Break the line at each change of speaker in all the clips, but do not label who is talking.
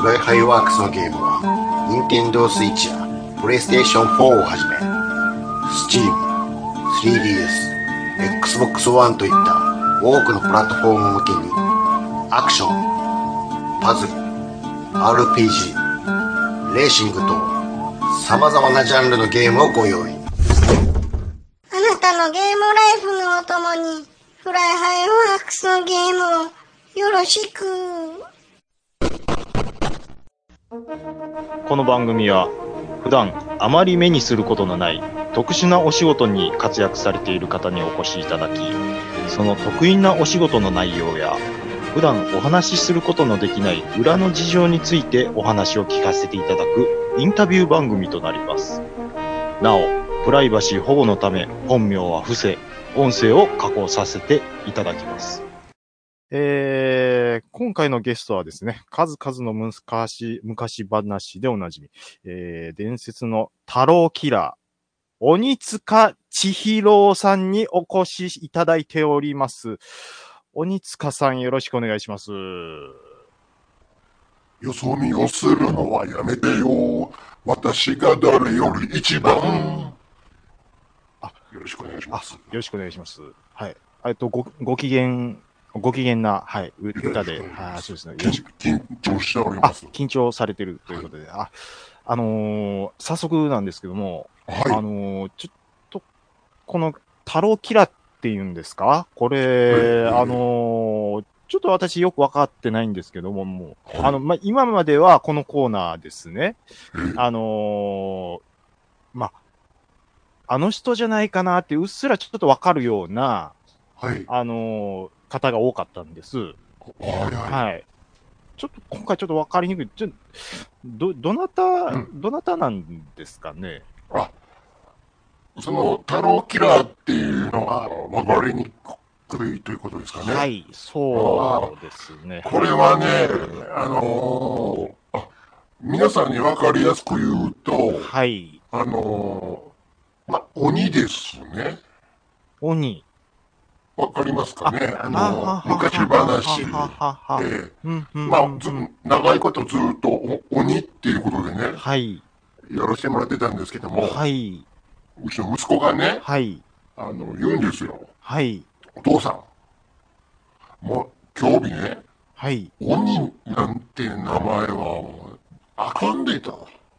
ブライハイワークスのゲームは、ニンテンドースイッチや、プレイステーション4をはじめ、Steam、3DS、Xbox One といった多くのプラットフォーム向けに、アクション、パズル、RPG、レーシングと、様々なジャンルのゲームをご用意。
あなたのゲームライフのお供に、フライハイワークスのゲームをよろしく。
この番組は普段あまり目にすることのない特殊なお仕事に活躍されている方にお越しいただきその得意なお仕事の内容や普段お話しすることのできない裏の事情についてお話を聞かせていただくインタビュー番組となりますなおプライバシー保護のため本名は伏せ音声を加工させていただきますえー、今回のゲストはですね、数々の昔、昔話でおなじみ、えー、伝説の太郎キラー、鬼塚千尋さんにお越しいただいております。鬼塚さんよろしくお願いします。
よそ見をするのはやめてよ。私が誰より一番。
あ
よろしくお願いし
あ、
ま
よ
す。
ろしくお願いします。はい。えっと、ご、ご機嫌、ご機嫌な、はい、う歌で、あーそうですね。よろし
緊緊張しており
あ
ます。、
緊張されてるということで、あ、あのー早速なんですけども、
はい
あのーちょっと、この、太郎キラっていうんですかこれ、
はい
あのーちょっと私よくわかってないんですけども、もう、
はい
あの、ま、今まではこのコーナーですね
うん。
あのーま、あの人じゃないかなって、うっすらちょっとわかるような、
はい。
あのー方が多かったんです。
はいは
はい。ちょっと今回ちょっと分かりにくい。ちょど、どなた
う、
どなたなんですかね。
い。その、太郎キラーっていうのは分かりにくいということですかね。
はい、そうですね。
これはね、あのーあ皆さんに分かりやすく言うと、
はい。
あのーまあ、鬼ですね。
鬼。
わかりますかねあの
ははは
昔話
はははは。
で、
うんうんうん
まあ、ず長いことずっとお鬼っていうことでね、
はい、
やらせてもらってたんですけども、
はい、
うちの息子がね、
はい、
あの、言うんですよ。
はい、
お父さん、もう、今日日ね、
はい。
鬼なんて名前はもう、あかんでた。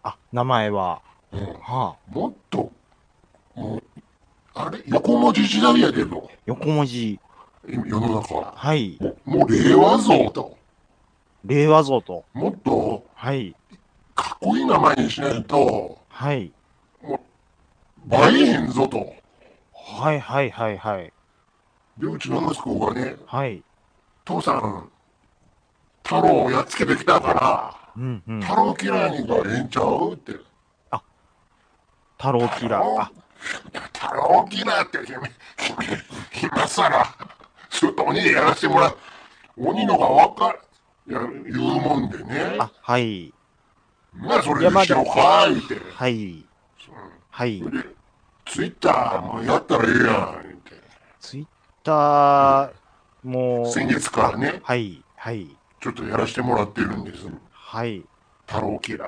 あ、名前は。
うん
はあ、
もっと、もう、あれ、横文字時代やけど、
横文字。
今世の中は。
はい。
もう、もう令和像と。
令和像と。
もっと、
はい、
かっこいい名前にしないと、
はい、
映えへんぞと。
はい、はい、はい、はい。
で、うちの息子がね、
はい。
父さん、太郎をやっつけてきたか
うん、うん
ら、。太郎嫌いにがええんちゃうって。
太郎キラー。あ、
太郎嫌いって君、君、今さら、ちょっと鬼でやらせてもらう。鬼のがわかる、や言うもんでね。
あ、はい、
まあ、それにしようか、言って。
はい、はい。
ツイッターもやったらええやん、言って。
ツイッターも、
先月からね、
はい、はい、
ちょっとやらせてもらってるんです。
はい。
太郎嫌い。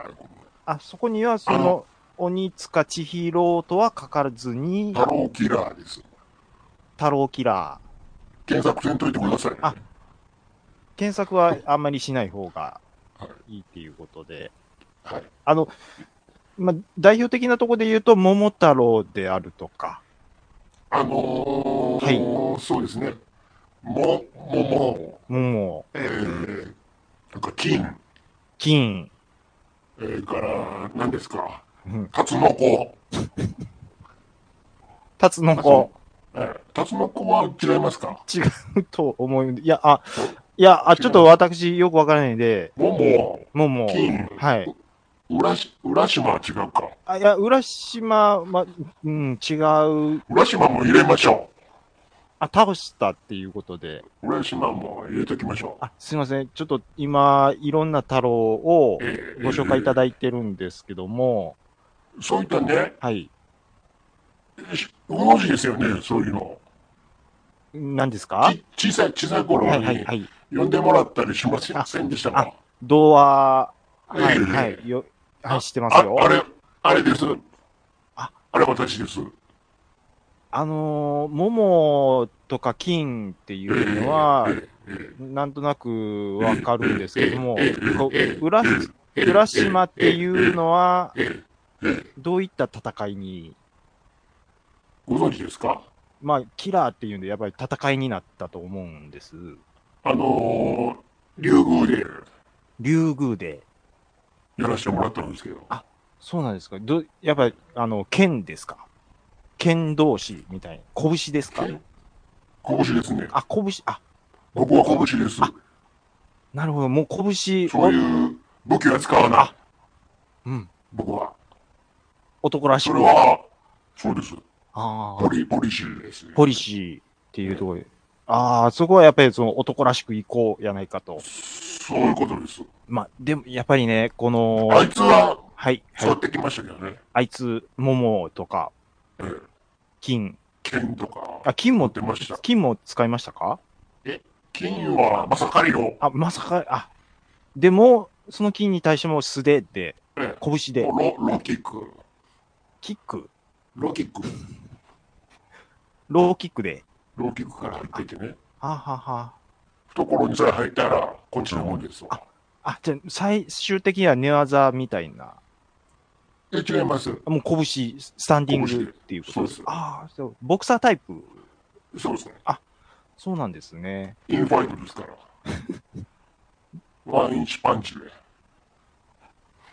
あ、そこには、そ
あ
の
の、
鬼塚千尋とは書かずに、
太郎キラーです。
太郎キラー。
検索せんといてくださいね。
あ検索はあんまりしない方がいいっていうことで。
はい。
あの、まあ、代表的なところで言うと、桃太郎であるとか、
あのーそうですね。も、も、も、
桃、
えー、なんか金、
金、
えー、から、何ですか、
うん
タツノコ。
タツノコ、
えータツノコは違いますか
違うと思う。いや、あ、いや、あ、ちょっと私よくわからないんで、
も、も、
桃、
金、
はい。
浦し、浦島は違うか。
あ、いや、浦島、ま、うん、違う。
浦島も入れましょ
あ、倒したっていうことで。
う。浦島も入れときましょう。
あ、すいません。ちょっと今、いろんな太郎を
えー
ご紹介いた
え
だいてるんですけども、
ーそういったね、
はい。
しご存知ですよね、そういうの。
何ですか
ち小さい、小さい頃
はいはい
に
はい。
呼んでもらったりしませ
あ
んでした
あ
か
童話、
ええ
はいは い。よはい、知ってます
あ
よ。
あれ、あれです。
あ
あれ私です。
あのー、桃とか金っていうのは、なんとなくわかるんですけども、こう浦浦島っていうのは、どういった戦いに、
ご存知ですか
まあ、キラーっていうんで、やっぱり戦いになったと思うんです。
あのー、竜宮で
竜宮で。
やらせてもらったんですけど。
そうなんですかどやっぱり、あの、剣ですか剣同士みたいな。拳ですか
拳ですね。
あ、拳、あ、
僕は拳です。
あなるほど。もう拳
そう
を、
いう武器は使わない
あ。うん、
僕は。
男らし
そ
く
れ。は、そうです。
あ
ポ
あ、
リ、ポリシーですね。
ポリシーっていうところで。ああ、そこはやっぱりその男らしくいこうやないかと。
そういうことです。
まあ、でも、やっぱりね、この、
あいつは、
はい、は
座
い
っ、てきましたけどね。
あいつ、桃とか、
ええ
金。
剣とか。
あ、金も
出ました、
金も使いましたか
金は、まさかりの、
あ、まさか、あ、でも、その金に対しても素手で、
え
拳
え
で、
ロロキック。
キック、
ロキック。
ローキックで。
ロキックから入っててね。
はあ、はあは
懐にさえ入ったら、こっちのもんですわ。
あ、あ、じゃあ最終的には寝技みたいな。
え、違います。
もう拳、スタンディングっていうこと
拳でそうです
ああ、そう、ボクサータイプ。
そうですね。
そうなんですね。
インファイトですから。 ワンインチパンチで。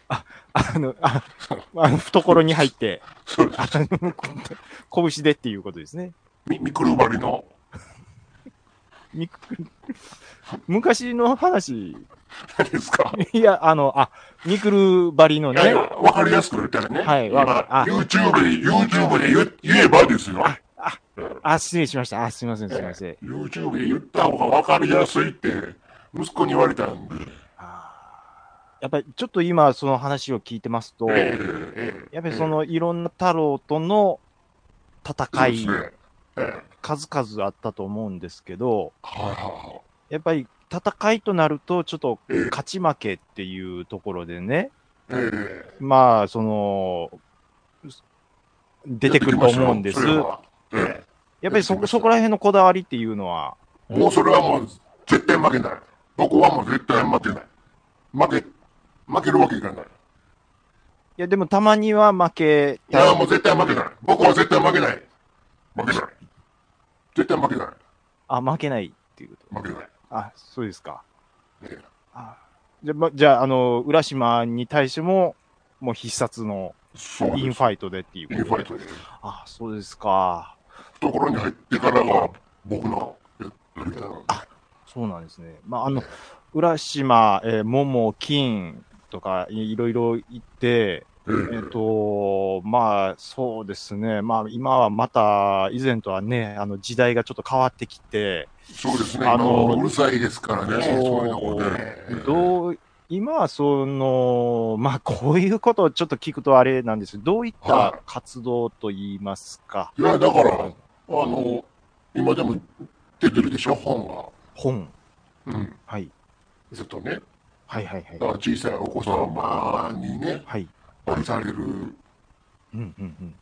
あの、あ、あの懐に入って、
そうです。
あの拳でっていうことですね。
みミクルバリの、
み昔の話、
何ですか。
いや、あの、あ、ミクルバリの
いやい
ね
や、、わかりやすく言ったらね。
はいわか
今 YouTube で、YouTube で言言えばですよ。
あ、失礼しました。あ、すみません、すみません。
YouTube で言った方がわかりやすいって、息子に言われたんで。
やっぱりちょっと今その話を聞いてますと、
ええ
や
ええ
っぱりそのいろんな太郎との戦い
そう、ですねええ
数々あったと思うんですけど、
はいはいはい。
やっぱり戦いとなるとちょっと勝ち負けっていうところでね、
ええ
まあ、その、出てくると思うんです。
それはええ
やっぱりそこ、そこら辺のこだわりっていうのは、
もうそれはもう絶対負けない。僕はもう絶対負けない。負け、負けるわけがない。
いや、でもたまには負け
いや、もう絶対負けない。僕は絶対負けない。負けない。絶対負けない。
あ、負けないっていうと。
負けない。
あ、そうですか。
ええ
あじゃあ、ま、じゃあ、あの、浦島に対しても、もう必殺の
そうです。
インファイトでっていう
インフ
こと
ァ
で。
イトで。
あ、そうですか。
ところに入ってからが僕のややり方なんで
そうなんですね。まあ、あの、浦島、えー、桃、金とか、いいろいろ言って、
え
えっ、と、まあ、そうですね。まあ、今はまた、以前とはね、あの、時代がちょっと変わってきて、
そうですね。
あ
あ
の
のうるさいですからね。
そう
そういうとこね。
どう、今はその、まあ、こういうことをちょっと聞くとあれなんですけど、どういった活動と言いますか、
いや、だから、あの、今でも出てるでしょ、本
本。
が。うん。
はい。
ずっとね。
はいはい
だか
はい。
ら小さいお子様にね、
はい。
愛される
うんうんうん。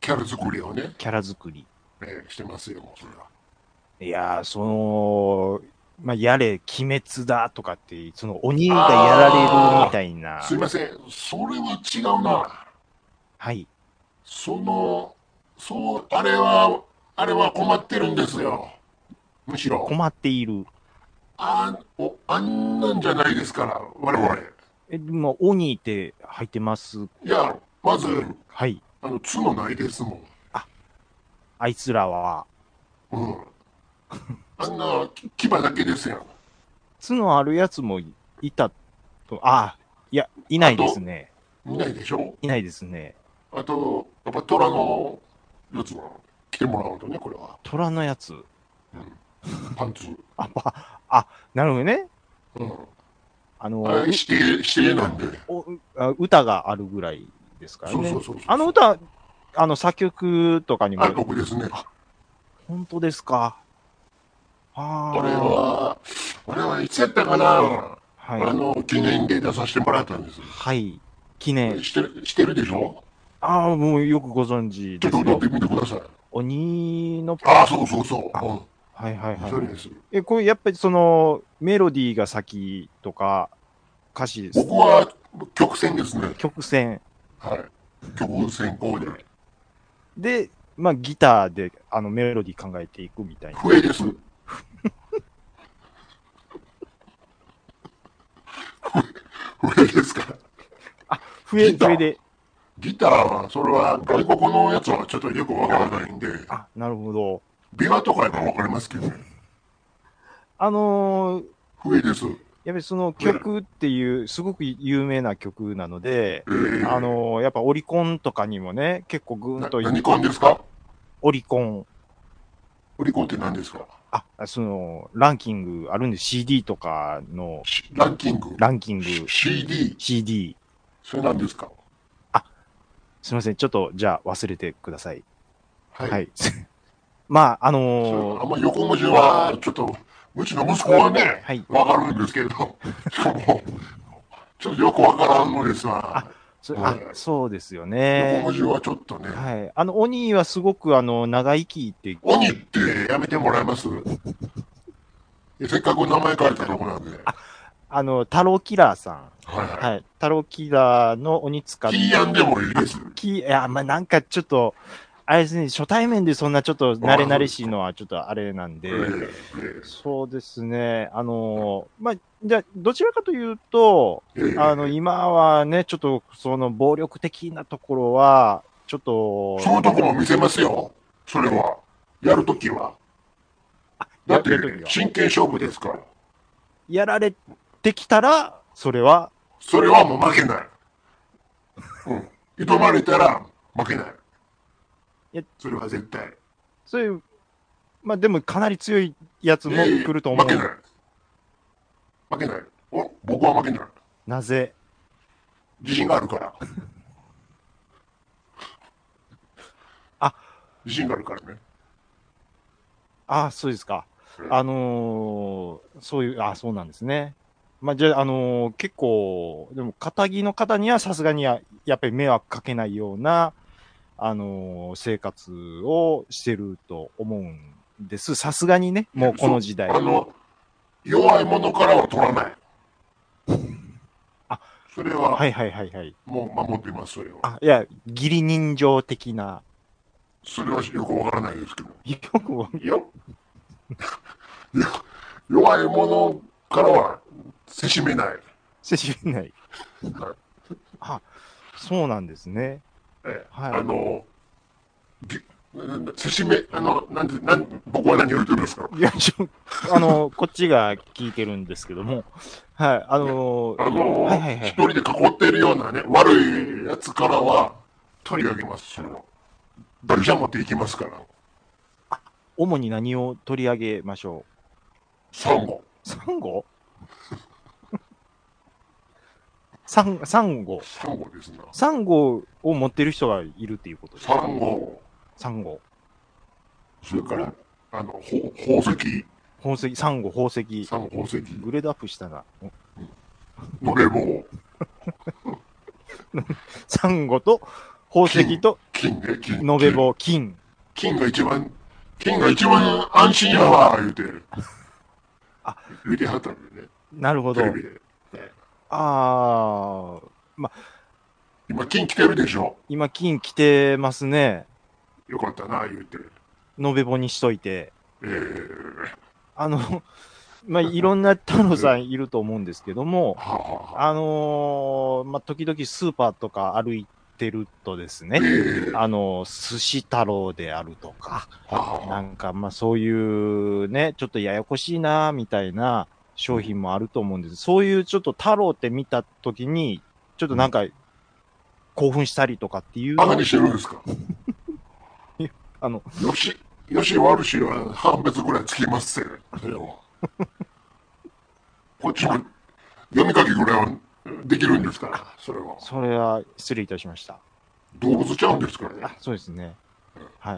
キャラ作りをね、
キャラ作り。
えーしてますよ、それは。
いやー、その、まあ、やれ、鬼滅だとかって、その鬼がやられるみたいな。
すいません、それは違うな。
はい。
その、そう、あれは、あれは困ってるんですよ。むしろ。
困っている。
あおあんなんじゃないですから、我々。
え、でも、鬼って入ってます。
いや、まず、
はい。
あの、角ないですも
あいつらは、
ん。うん。あんな、き牙だけですよ。
角あるやつもいたと、ああ、いや、いないですね。
いないでしょ
いないですね。
あと、やっぱ虎のやつは来てもらうとね、これは。
虎のやつ。
パンツ。
あ、ば、あ、なるほどね。
うん。
あの、
あれ、
う
指定、指定なんで。
おあ歌があるぐらいですから
そう
ね。
そうそうそう。
あの歌、あの作曲とかにも
あ、僕ですね。
本当ですか。
これ
は
は、これはいつやったかな、
あ。は
あ
い。
の、記念で出させてもらったんです。
はい。記念。
してる、してるでしょ
ああ、もうよくご存知
ち
で
ょっと
す
踊っ
よ
て。みてください。
鬼の、
ああ、そうそうそう。
はいはい
うん、
はい
そ。れです。
え、これやっぱりその、メロディーが先とか、歌詞です
僕は曲線ですね。
曲線
はい。曲線こうで。
で、まあギターであのメロディー考えていくみたいな。
笛 です。笛ですから。
笛、
ギター
笛で。
ギターは、それは外国のやつはちょっとよくわからないんで、
あ、なるほど。
琵琶とかはわかりますけどね。
あのー
笛です。
やっぱりその曲っていう、すごく有名な曲なので、
えー、
あのーやっぱオリコンとかにもね、結構ぐー
な
ンと
何コンですか
オリコン、
オリコンって何ですか
あ、その、ランキングあるんで、CD とかの
しランキング。
ランキング、
CD。
CD。
それなんですか
すみません、ちょっと、じゃあ忘れてください。
はい。
はい。 まあ、あ
それあ
のー
んま横文字は、ちょっと、うちの息子はね、
はい
わかるんですけど、もちょっとよくわからんのですわ。
そあ、そうですよね
横。文字はちょっとね、
はい。あの、鬼はすごく、あの、長生きって、
鬼ってやめてもらえますえせっかく名前書いたとこなんで。は
あの、太郎キラーさん。
いは
はい。太郎キラーの鬼使っ
い。キーヤンでもいいです。
きいや、まあ、なんかちょっと、あれですね、初対面でそんなちょっと慣れ慣れしいのはちょっとあれなんで
え、ー
そうですね、あのーまあ、じゃあどちらかというと、
えー
あの、今はね、ちょっとその暴力的なところは、ちょっと、
そういうとこも見せますよ。それは。やるときは。だ
や
って
やる時は
真剣勝負ですから。
やられてきたら、それは、
それはもう負けない。うん。挑まれたら負けない
いや。
それは絶対。
そういう、まあでもかなり強いやつも来ると思う
負。けない。負けない。お僕は負けない。
なぜ
自信があるから。
あ
自信があるからね。
ああ、そうですか。あのーそういう、あそうなんですね。まあ、じゃあ、あのー結構、でも、肩着の方にはさすがにややっぱり迷惑かけないような、あのー生活をしてると思うんです。さすがにね、もうこの時代。
あの、弱い者からは取らない。
あ
それは、
はいはいはいはい。
もう守ってます、それは。
あ、いや、義理人情的な。
それはよくわからないですけど。
よくわ
よよ 弱い者からはせしめない。
せしめない。あ、そうなんですね。
ええ
はい
あの、ぎなんせしめ、あの、なんで、なん僕は何を言ってるんですか
いや、ちょ、あの、こっちが聞いてるんですけども、はい、あの
あの、
はいはいは
一
い。
人で囲ってるようなね、悪いやつからは取り上げます、それを。誰じゃ持っていきますから。
主に何を取り上げましょう
サンゴ。
サンゴサンサンゴ。
サンゴですな。
サンゴを持ってる人がいるっていうことです
サ
か
ンゴ、
サンゴ。
それから、あの、ほ宝石、
宝石、サンゴ、宝石。
サンゴ宝石、
グレードアップしたな。
のれぼう、
サンゴと宝石と
金ね、金。
延べ棒、金。
金が一番、金が一番安心やわ、言うて。
あ
言うてはったんでね、
なるほ
テ
ど
レ。ビで。
あー、
今、金来てるでしょ。
今金来てますね。
よかったな、言うて。
延べ棒にしといて。
えー、
あの、 まあ、いろんな太郎さんいると思うんですけども、
はあ、はあ、
あのーまあ、時々スーパーとか歩いてるとです
え
ね、
ー、は
あのー寿司太郎であるとか、
あ、は
な
あ、
んか、まあ、そういうね、ちょっとややこしいな、みたいな商品もあると思うんです。そういうちょっと太郎って見たときに、ちょっとなんか、興奮したりとかっていうの
バカにしてるんですか。
あの、
よし、よし悪しは判別ぐらいつきますせ。それはこっちも読み書きぐらいはできるんですから、それは。
それは失礼いたしました。
動物ちゃうんですからね
あ。、そうですね。は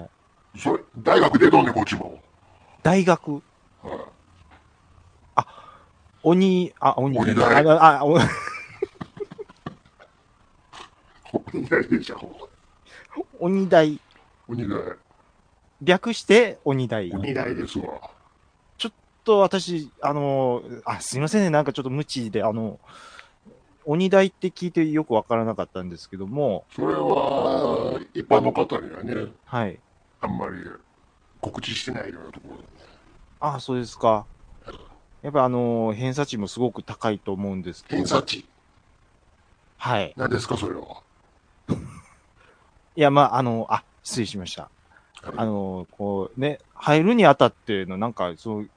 い。
それ、大学出とんねん、こっちも。
大学
はい
鬼、あ、鬼じゃない
鬼
あ、あお
鬼だいでしょ。
鬼大。
鬼だい。
略して鬼大。
鬼大です。
ですわ。
と、私、あのー、あ、すいませんね、なんかちょっと無知で、あの、鬼大って聞いてよくわからなかったんですけども、
それは、一般の方にはね、
はい。
あんまり告知してないようなところでね。
あそうですか。やっぱあのー偏差値もすごく高いと思うんですけど。
偏差値。
はい。
何ですか、それは。
いや、まあ、あのあ、失礼しました。
はい
あのーこうね、入るにあたっての、なんか、そう、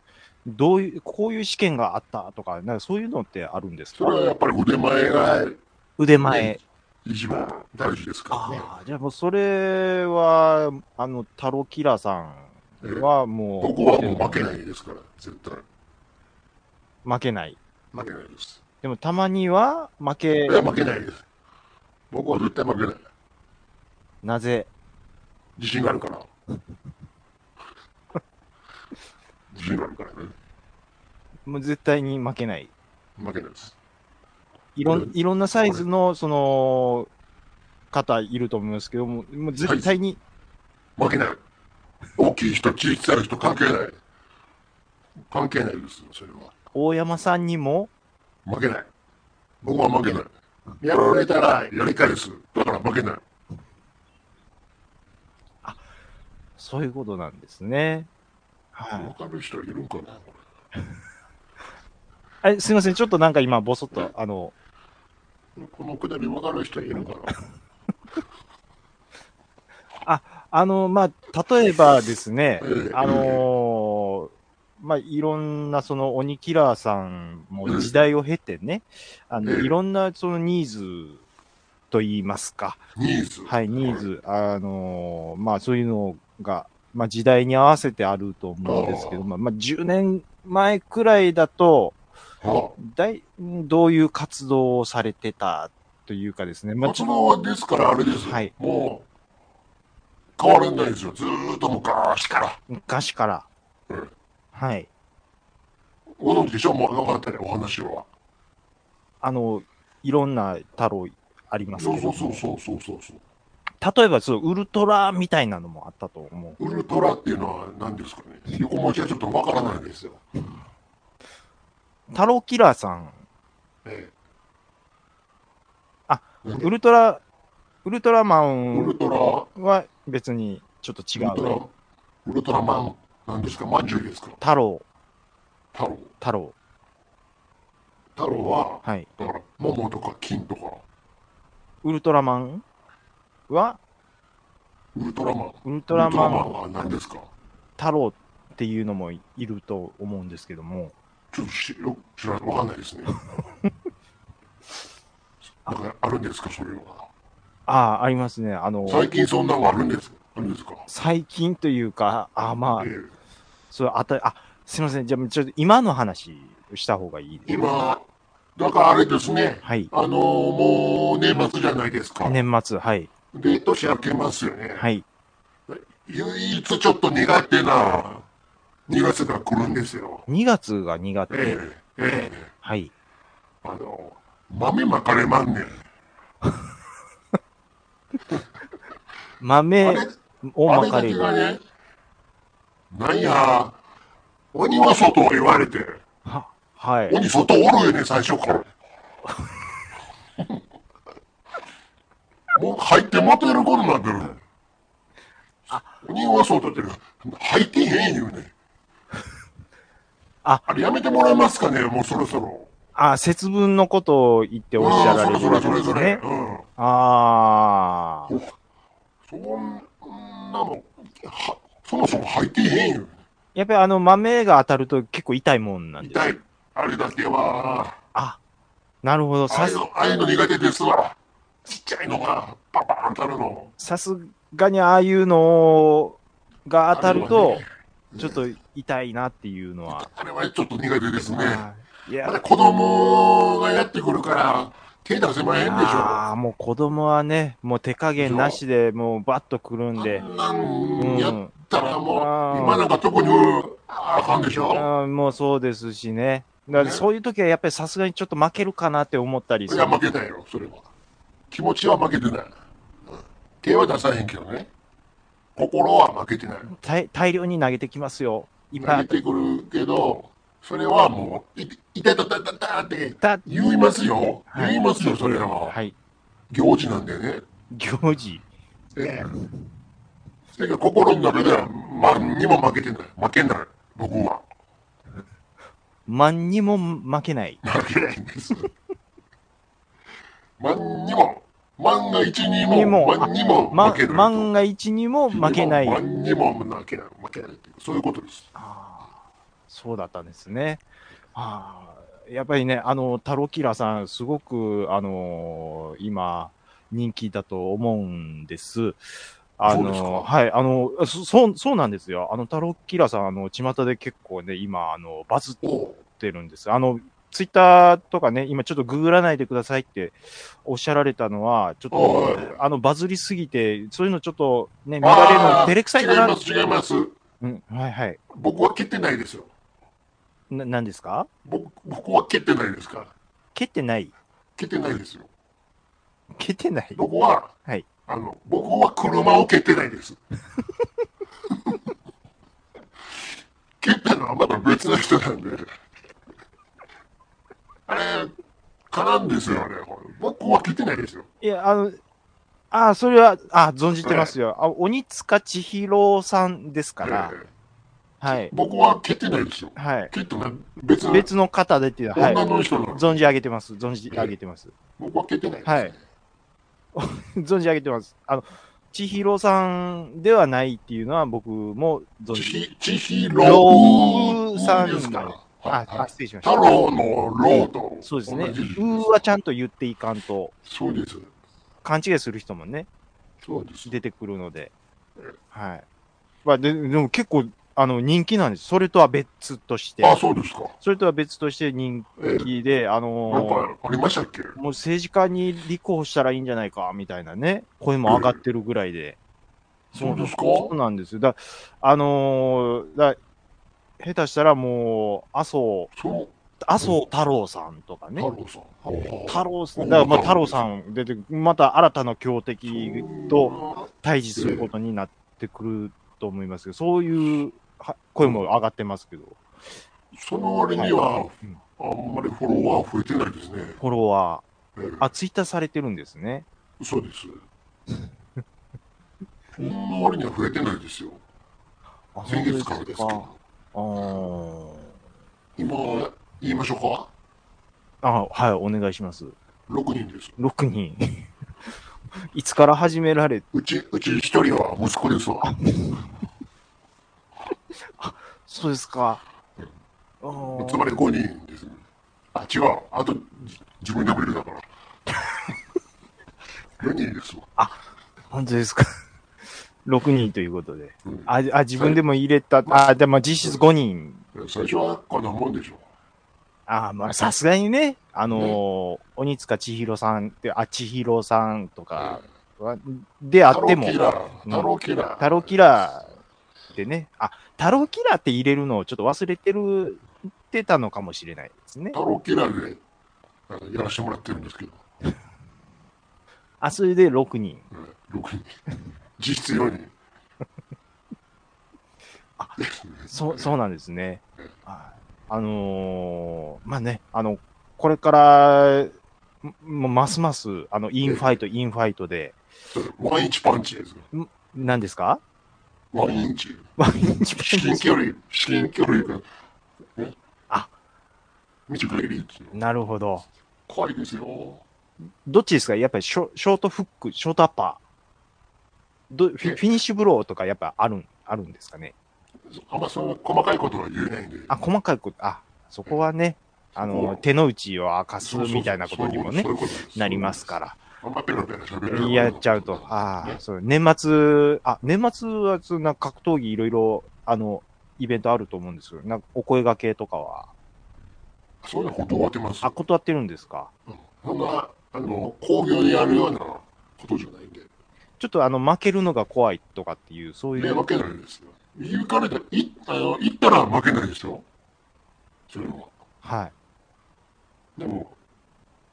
どういう、こういう試験があったとか、なんかそういうのってあるんです
それは
か
やっぱり腕前が
腕前
ね。一番大事ですからね。
ああ、じゃあもうそれは、あの、タロキラさんはもう、
ここはもう負けないですから、絶対。
負けない。
負けないです。
でもたまには負け
い、や、負けないです。僕は絶対負けない。
なぜ
自信があるから。自信があるからね。
もう絶対に負けない。
負けないです。
いろ
こ
ん
れ
いろんなサイズの、その、方いると思いますけども、もう絶対に、
負けない。大きい人、小さい人、関係ない。関係ないですよ、それは。
大山さんにも、
負けない。僕は負けない。やられたらやり返す。だから負けない。
そういうことなんですね。はい
わかる人いるんかなこ
あれ。すいません、ちょっとなんか今、ぼそっと、あの、
れこのくだりわかる人いるんかな
あの、まあ、例えばです ね
ええ、
あのーまあ、いろんなその鬼キラーさんも時代を経てね、あの、
ええ
いろんなそのニーズと言いますか、
ニーズ。
はい、ニーズ、あのーまあ、そういうのが、まあ、時代に合わせてあると思うんですけど、
あ
まあ、まあ、10年前くらいだと、
は
だいどういう活動をされてたというかですね、
あ、
まあ、
松本はですからあれですよ。
はい
もう、変わらないですよ。ずーっと昔から。
昔から
うん。
はい。
ご存知でしょもうなかったね、お話は。
あの、いろんな太郎あります
そ
け
う
ど
そう
も、
そうそうそうそうそう。
例えばそう、ウルトラみたいなのもあったと思
ウルトラっていうのは何ですかね横文字はちょっとわからないですよ。
う。太郎キラーさん、
え
ウルトラ、ウルトラマ
え、ウル
ン
トラ、
は別にちょっと違
ウル
う。
トラ、ウルトラマン、何ですかまんじゅうですか
太郎、
太郎。
太郎。
太郎は、
はい。
だから、桃とか金とか、
ウルトラマンは、
ウルトラマン。
ウルトラマン
ンは何ですか
太郎っていうのもいると思うんですけども、
ちょっとしよ知らない、わかんな いですね。なんかあるんですか、そういうのが。
ああ、ありますね。あの、
最近そんなのあるんですかあるんですか
最近というか、ああまあ
え、
そう、あた、あ、すいません。じゃあ、ちょっと今の話した方がいい
え
です。
今、だからあれですね、
はい。
あのーもう年末じゃないですか。
年末、はい。
で、年明けますよね。
はい。
唯一ちょっと苦手な2月が来るんですよ。
2月が苦手。
ええええ
はい。
あの、豆まかれまんねん。あ
豆
れ
を
あ
ま
れ
か
だ
れ
け
る。
がね、なんや、鬼は外を言われて、
は、はい。
鬼外おるよね、最初から。もう入ってもてることになってるね。鬼は外って、入ってへん言うね。
あ
れやめてもらえますかね、もうそろそろ。
あ、節分のことを言っておっしゃられ
うん
る
それ
わ
そ
け
れ
です
それそれ
ね。。
う
あ
ん
あ。
そんなの、はそもそも入ってへんよ。
やっぱりあの豆が当たると結構痛いもんなんです。
痛い。あれだけは、
あ、なるほど。
ああ
さ
いう
す、
のああいうの苦手ですわ。ちっちゃいのが、パパン当たるの。
さすがにああいうのが当たると、ちょっと痛いなっていうのは。
あれはちょっと苦手ですね。
はいいや
まだ子供がやってくるから、手出せまへんでしょ。
ああ、もう子供はね、もう手加減なしで、もうバッとくるんで、
なんやったらもう、
うん
今なんか特に、ああかんでしょ。
あーもうそうですしね。だからそういう時はやっぱりさすがにちょっと負けるかなって思ったりす
い
る
や、負けないよ、それは。気持ちは負けてない。うん手は出さへんけどね。心は負けてない。
大大量に投げてきますよ。いっぱいあ
投
っ
げてくるけど、それはもう、いいたたたたたって
た。
言いますよ。
はい
言いますよ、それらは。
はい。
行事なんだよね。
行事。
ええ。それが心の中では、何にも負けてない。負けない。僕は。
万にも負けない。
負けないんです。万にも、万が一に
にも
も、万にも
ま
負ける。
万が一にも負けない。
万にも負けない。負けないっていう。そういうことです。
ああそうだったんですね。ああやっぱりね、あの、タロキラさん、すごく、あの今、人気だと思うんです。あ
そうですか
の、はい、あの、そそう、そうなんですよ。あの、タロキラさん、あの、巷で結構ね、今、あの、バズっ
おう
ってるんです。あの、ツイッターとかね、今ちょっとググらないでくださいっておっしゃられたのは、ちょっ
おい
と、あの、バズりすぎて、そういうのちょっとね、見られるの照れくさいか
違い
な
ま。す、違います。
うん、はいはい。
僕は蹴ってないですよ。
な、なんですか
僕僕は蹴ってないですから。
蹴ってない
蹴ってないですよ。
蹴ってない
僕は、
はい
あの僕は車を蹴ってないです。蹴ったのはまた別の人なんで。あれ、絡んですよね。これ僕は蹴ってないですよ。
いや、あの、ああ、それは、ああ、存じてますよ。あ、鬼塚千尋さんですから
え。え
はい。
僕は蹴ってないですよ。
はい。
蹴ったのは別の
別の方でっていうのは、は
女
い。
の人なんで、
存じ上げてます。存じ上げてます。
僕は蹴ってないです、
はい存じ上げてます。あの、千尋さんではないっていうのは僕も存
ち
じ。
ひ、ちひ
ロ
ろ
ー
う
さん
ですから。
あ、
はいは
あ
い
失礼しまし
太
た。
郎のローと同じ。
そうですね。う
う
ーはちゃんと言っていかんと、
そうです。
勘違いする人もね、
そうです。
出てくるので。はい。まあ、ででも結構、あの、人気なんです。それとは別として。
あ、そうですか。
それとは別として人
ええ
気で、あ
なん
の
かありましたっ
ー
け
もう政治家に立候補したらいいんじゃないか、みたいなね、声も上がってるぐらいで。
そうですか
そうなんですよ。だ、あのーだ、下手したらもう、麻生、
そう、
麻生太郎さんとかね
太。郎さん。
太郎さん、だからまあ太郎さん出て、また新たな強敵と
と、
対峙することになってくると思いますけど、そういうは声も上がってますけど、
その割には、
うん
あんまりフォロワー増えてないですね。
フォロワ
え
ー、あ、ツイッターされてるんですね。
えそうです。その割には増えてないですよ。
あ
先月からですけ
か
ど。
あー
今、言いましょうか。
あ、はい、お願いします。
6人です。
6人。 いつから始められ、
うち、うち1人は息子ですわ。
そうですか。あー
つまり5人ですね。あ、違う。あと、じ自分でもいるだから。4人ですわ。
本当ですか。6人ということで。
うん
あ、あ自分でも入れた、あ、でも実質5人
最初はこんなもんでしょう。
ああ、まあ、さすがにね、あのー鬼塚千尋さんって、あ、千尋さんとかは、であ
タロ
って
ー
も、
キラー、
うん
タローキラー。
タロキラーでね、あ、タロキラーって入れるのをちょっと忘れてる、ってたのかもしれないですね
タ。ローキラーであのやらせてもらってるんですけど、
あ、それで6人。
うん、6人。 実質4人。
そう、そうなんですね。はいあのーまあね、あの、これから、もうますます、あの、インファイト、インファイトで、
それワンインチパンチですよ。
何ですか
ワンインチ。
ワンインチ
至近距離、至近距離が。ね
あ
短いリーチ。
なるほど。
怖いですよ。
どっちですかやっぱりショショートフック、ショートアッパー。どフィ
え
フィニッシュブローとかやっぱあるん、あるんですかね
あんまそんな細かいことは言えないんで。
あ、細かいこと、あ、そこはね、あの、手の内を明かす
そうそうそう、
みたいなことにもね
そう、いうことです
なりますから。
あんまペラペラ喋れない
やっちゃうと。ああ、そう、年末、あ、年末はそんな格闘技いろいろ、あの、イベントあると思うんですけど、なんかお声掛けとかは。
そういうの断ってます。
あ、断ってるんですか
うんそんな、あの、工業でやるようなことじゃないんで。
ちょっとあの、負けるのが怖いとかっていう、そうい
ね、
う。
負けないですよ。言うかれた、いあの言ったら負けないですよ。それは。
はい。
でも、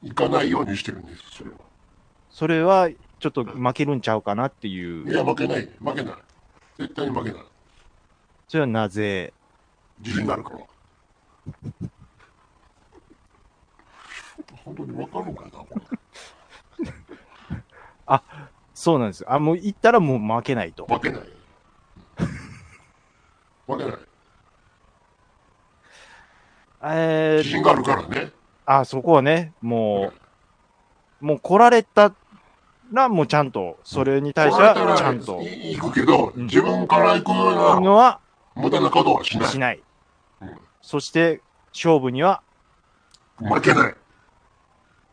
行かないようにしてるんです、それは。
それは、ちょっと負けるんちゃうかなってい、
いうや、負けない。負けない。絶対に負けない。
それはなぜ、
自信があるから。本当にわかるのかな、これ。
そうなんです。あ、もう行ったらもう負けないと。
負けない。負けない。
え
自
ー、
信があるからね。
あ、そこはね、もう、もう来られたら、もうちゃんと、それに対して
これ
は、
は
ちゃんと、
い行くけど、
うん
自分から行くような
のは
無駄なことはしない
し。ない
うん。
そして、勝負には、
負けない。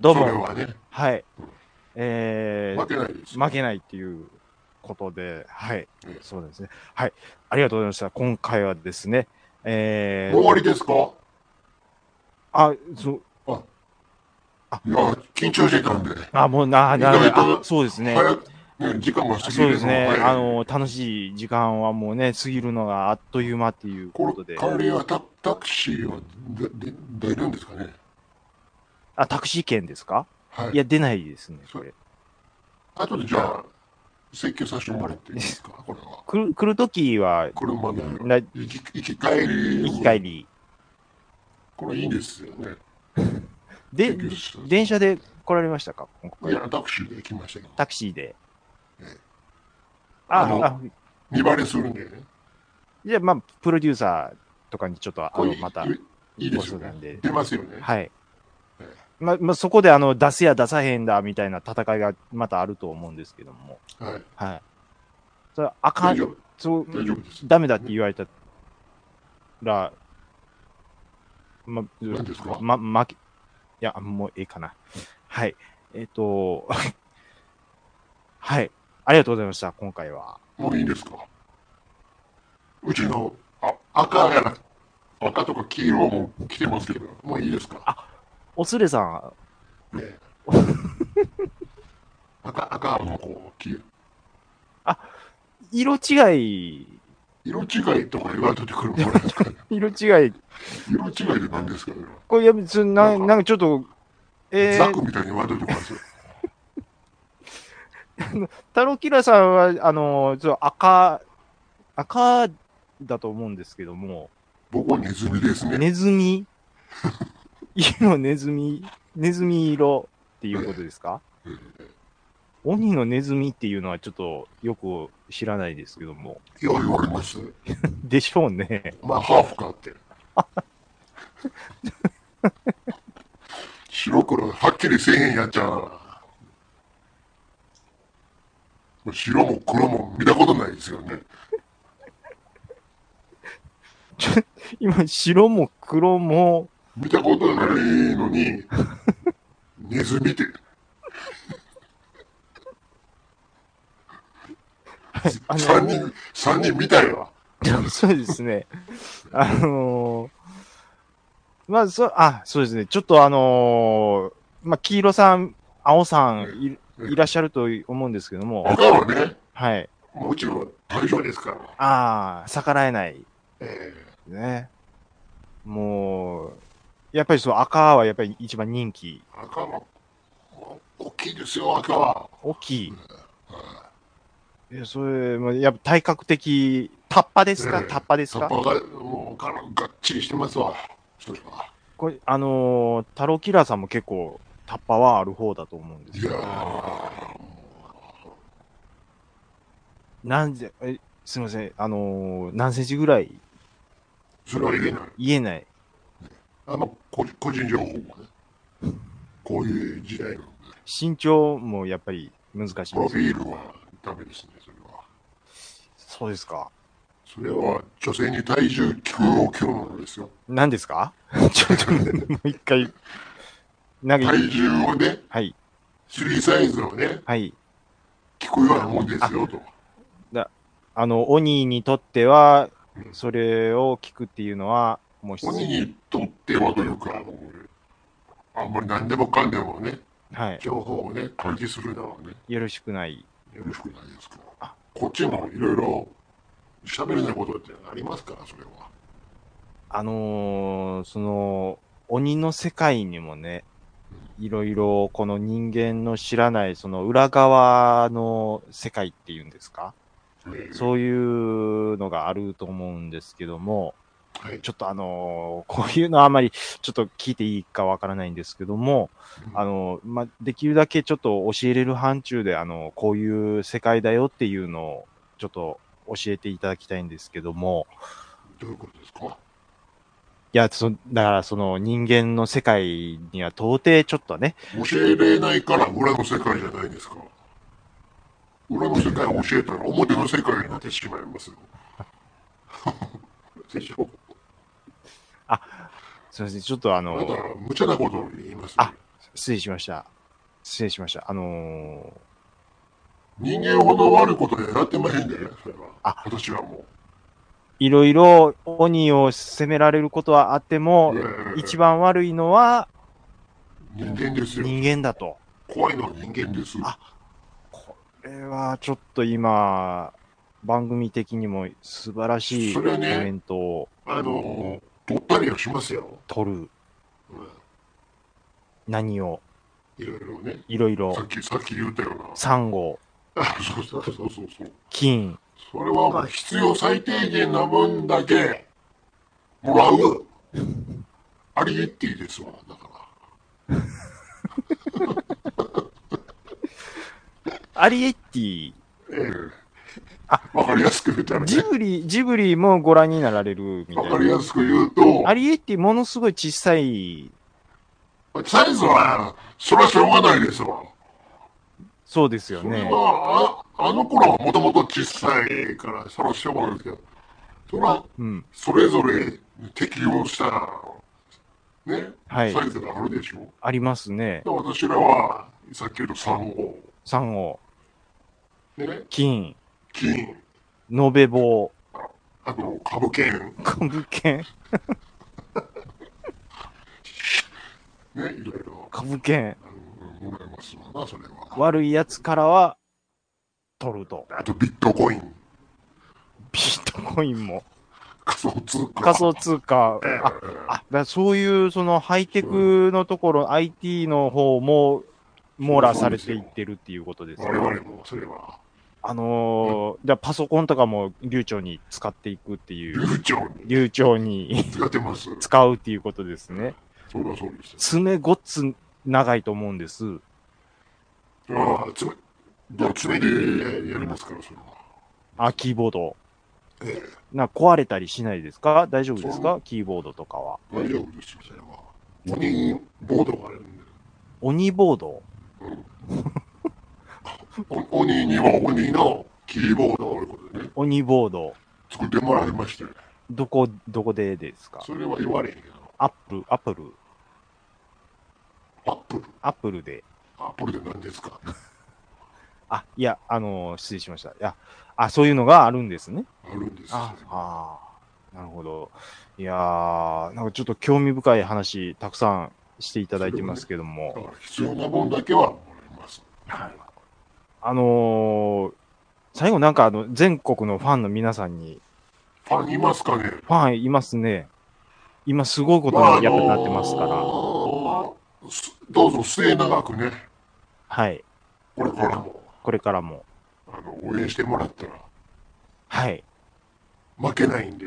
どう
それ
も、
はね、
はい、えー
負、けないです。
負けないっていうことで、はい
ええ、
そうですね。はい、ありがとうございました。今回はですね、え
もう終
ー、
わりですか
あ、そう、
いや、緊張してたんで、
あ、もうな、な
意外と
あそうですね。
早く、ね、時間が過ぎる
そう
の
ですね。
早い
あの、楽しい時間はもうね、過ぎるのがあっという間っていうこ
これ
とで。
帰りはタタクシーは出出出るんですかね
あ、タクシー券ですか
はいい。
や、出ないですね、これ。
あとでじゃあ、請求させてもらっていいですかこれは。
来る、来るときは、
車で。
な、行
行き行き帰り。
き帰り。
これいいんですよね。
で
請求した、
電車で来られましたか今回
いや、タクシーで行きましたけど。
タクシーで
ええ。
あ、
あの
あ、
見バレするんでね。
じゃあ、まあ、プロデューサーとかにちょっと、あ
こ
の、
れ
また
い、いいいです
ご相
よね
談で。
出ますよね。
はい
ええ。
ま、まあ、そこで、あの、出すや出さへんだ、みたいな戦いがまたあると思うんですけども。
はい。
はい。それ、あか
大
ん
丈、夫。
そう、
大丈夫です。
ダメだって言われたら、ま、
何ですか
ま、まけ、いや、もうええかな。はい。えっ、と、 はい。ありがとうございました、今回は。
もういいんですかうちのあ赤やら赤とか黄色も来てますけど、もういいですか
おつれさん、
ね え赤、赤の子、黄色。
色違い、
色違いとか言われてくるもんです から、
色違い、
色違いって何ですかね、
これ、やめ、つななんかちょっと、え
ザ
ー、
クみたいに言われてますよ。
タロキラさんは、あの、ちょっと赤、赤だと思うんですけども、
僕はネズミですね。
ネズミ色ネズミ、ネズミ色っていうことですか
え
鬼のネズミっていうのはちょっとよく知らないですけども。
えよう言われます。
でしょうね。
まあ、ハーフかって。白黒、はっきりせえへんやっちゃうな。白も黒も見たことないですよね。
今、白も黒も、
見たことないのに、ネズミって。
はい、あ
三人、三人見たいわ。
の、そうですね。あのーまあ、そう、あ、そうですね。ちょっとあのーまあ、黄色さん、青さんい、いらっしゃると思うんですけども、
赤はね、
はい。
もちろん大丈夫ですから。
ああ、逆らえない。
え
ね。もう、やっぱりそう、赤はやっぱり一番人気。
え赤は、大きいですよ、赤は。
大きい。いや、それ、まあやっぱ体格的、タッパですか
ええ
タッパです
サッ
か
パが、もう、ががっちりしてますわ。それは。
これ、あのー、タロキラーさんも結構、タッパはある方だと思うんです
い
け
や
ど。
ー
なんで、えすみません、あのー、何センチぐらい
それは言えない。
言えない。
あの、個人個人情報もね。こういう時代の
身長もやっぱり難しいです
プロフィールはダメですね、それは。
そうですか。
それは女性に体重9を切るものですよ。
何ですか ちょっと、もう一回。なんか、
体重をね、
はい、
3サイズをね、
はい。
聞くようなもんですよと。
あの、鬼にとっては、それを聞くっていうのは、もう必
鬼
須。
にとってはというか、もうあんまり何でもかんでもね、
はい。
情報をね、開示するのはね、
よろしくない。
よろしくないですから。こっちもいろいろ喋れないことってありますから、それは。
あのー、その、鬼の世界にもね、いろいろこの人間の知らないその裏側の世界っていうんですかそういうのがあると思うんですけども、
はい
ちょっとあのーこういうのはあまりちょっと聞いていいかわからないんですけども、あのーまあ、できるだけちょっと教えれる範疇で、あのーこういう世界だよっていうのをちょっと教えていただきたいんですけども、
どういうことですか
いや、そ、だからその人間の世界には到底ちょっとね、
教えれないから裏の世界じゃないですか。裏の世界を教えたら表の世界になってしまい ますよ。でしょ
すいません、ちょっとあ
だか
の、
ら無茶なことを言います、ね
あ。失礼しました。失礼しました。あの
人間ほど悪いことやってませんね、それは。
あ
私はも
ーいろいろ鬼を責められることはあっても
う。い、やいやいや
一番悪いのは
人間ですよ。
人間だと。
怖いのは人間です。
あこれはちょっと今、番組的にも素晴らしいコ
それはね
メントを
あの、取ったりはしますよ。
取る。
うん
何を、
いろいろね。
いろいろ
さ、っき、さっき言ったよう
サンゴ、
な。あ そうそうそうそうそう。
金、
それはもう必要最低限な分だけもらう。ありエッティですわ、だか
アリエッティ、
ら。ええ。わかりやすく言ったらね
ジ。ブリ、ジブリもご覧になられるみた
わかり
い
や
な。
すく言うと、
アリエッティものすごい小さい、
サイズは、それはしょうがないですわ。
そうですよ
それ
ね。
は、ああの頃はもともと小さいから、それはしょうがないですけど、それは、
うん。
それぞれ適用した、ね、
はい
サイズがあるでしょ
ありますね。
う。で私らは、さっき言うと3号、
サンゴ、
ね、
金、
金、
延べ棒、
あと、株券、
株券、
ね、いろいろ、
株券。
うんもらえますわな、それは。
悪いやつからは、取ると。
あと、ビットコイン、
ビットコインも。
仮想通貨。
仮想通貨。
ええ
あ、あ、だからそういう、そのハイテクのところ、IT の方も、網羅されていってるっていうことですね
我。々も、それは、
あのー、じゃあパソコンとかも流暢に使っていくっていう、
流暢に
流暢に
使ってます。
使うっていうことですね。
それはそうです。
爪ごっつ長いと思うんです。
ああ、爪、じゃあ爪でやりますから、それは。
あ、キーボード。
え
な、壊れたりしないですか大丈夫です
そ
かキーボードとかは。
え、大丈夫ですよ、それは。鬼ボードがあるんで。
鬼ボード
お鬼には鬼のキーボードをあることでね、
鬼ボード。
作ってもらいまして、
どこ、どこでですか
それは言われへんけど、
アップル、アップル、
アップル、
アップルで。
アップルで何ですか
あ、いや、あのー失礼しました。いや、あ、そういうのがあるんですね。
あるんですよ
ああー、なるほど。いやー、なんかちょっと興味深い話、たくさんしていただいてますけど
だか
も、
ら必要な分だけはもらいます。
あのー最後なんかあの、全国のファンの皆さんに、
ファンいますかね
ファンいますね。今すごいことにやっぱなってますから、
あのーすどうぞ末永くね、
はい。
これからも
これからも、
あの応援してもらったら
はい。
負けないんで。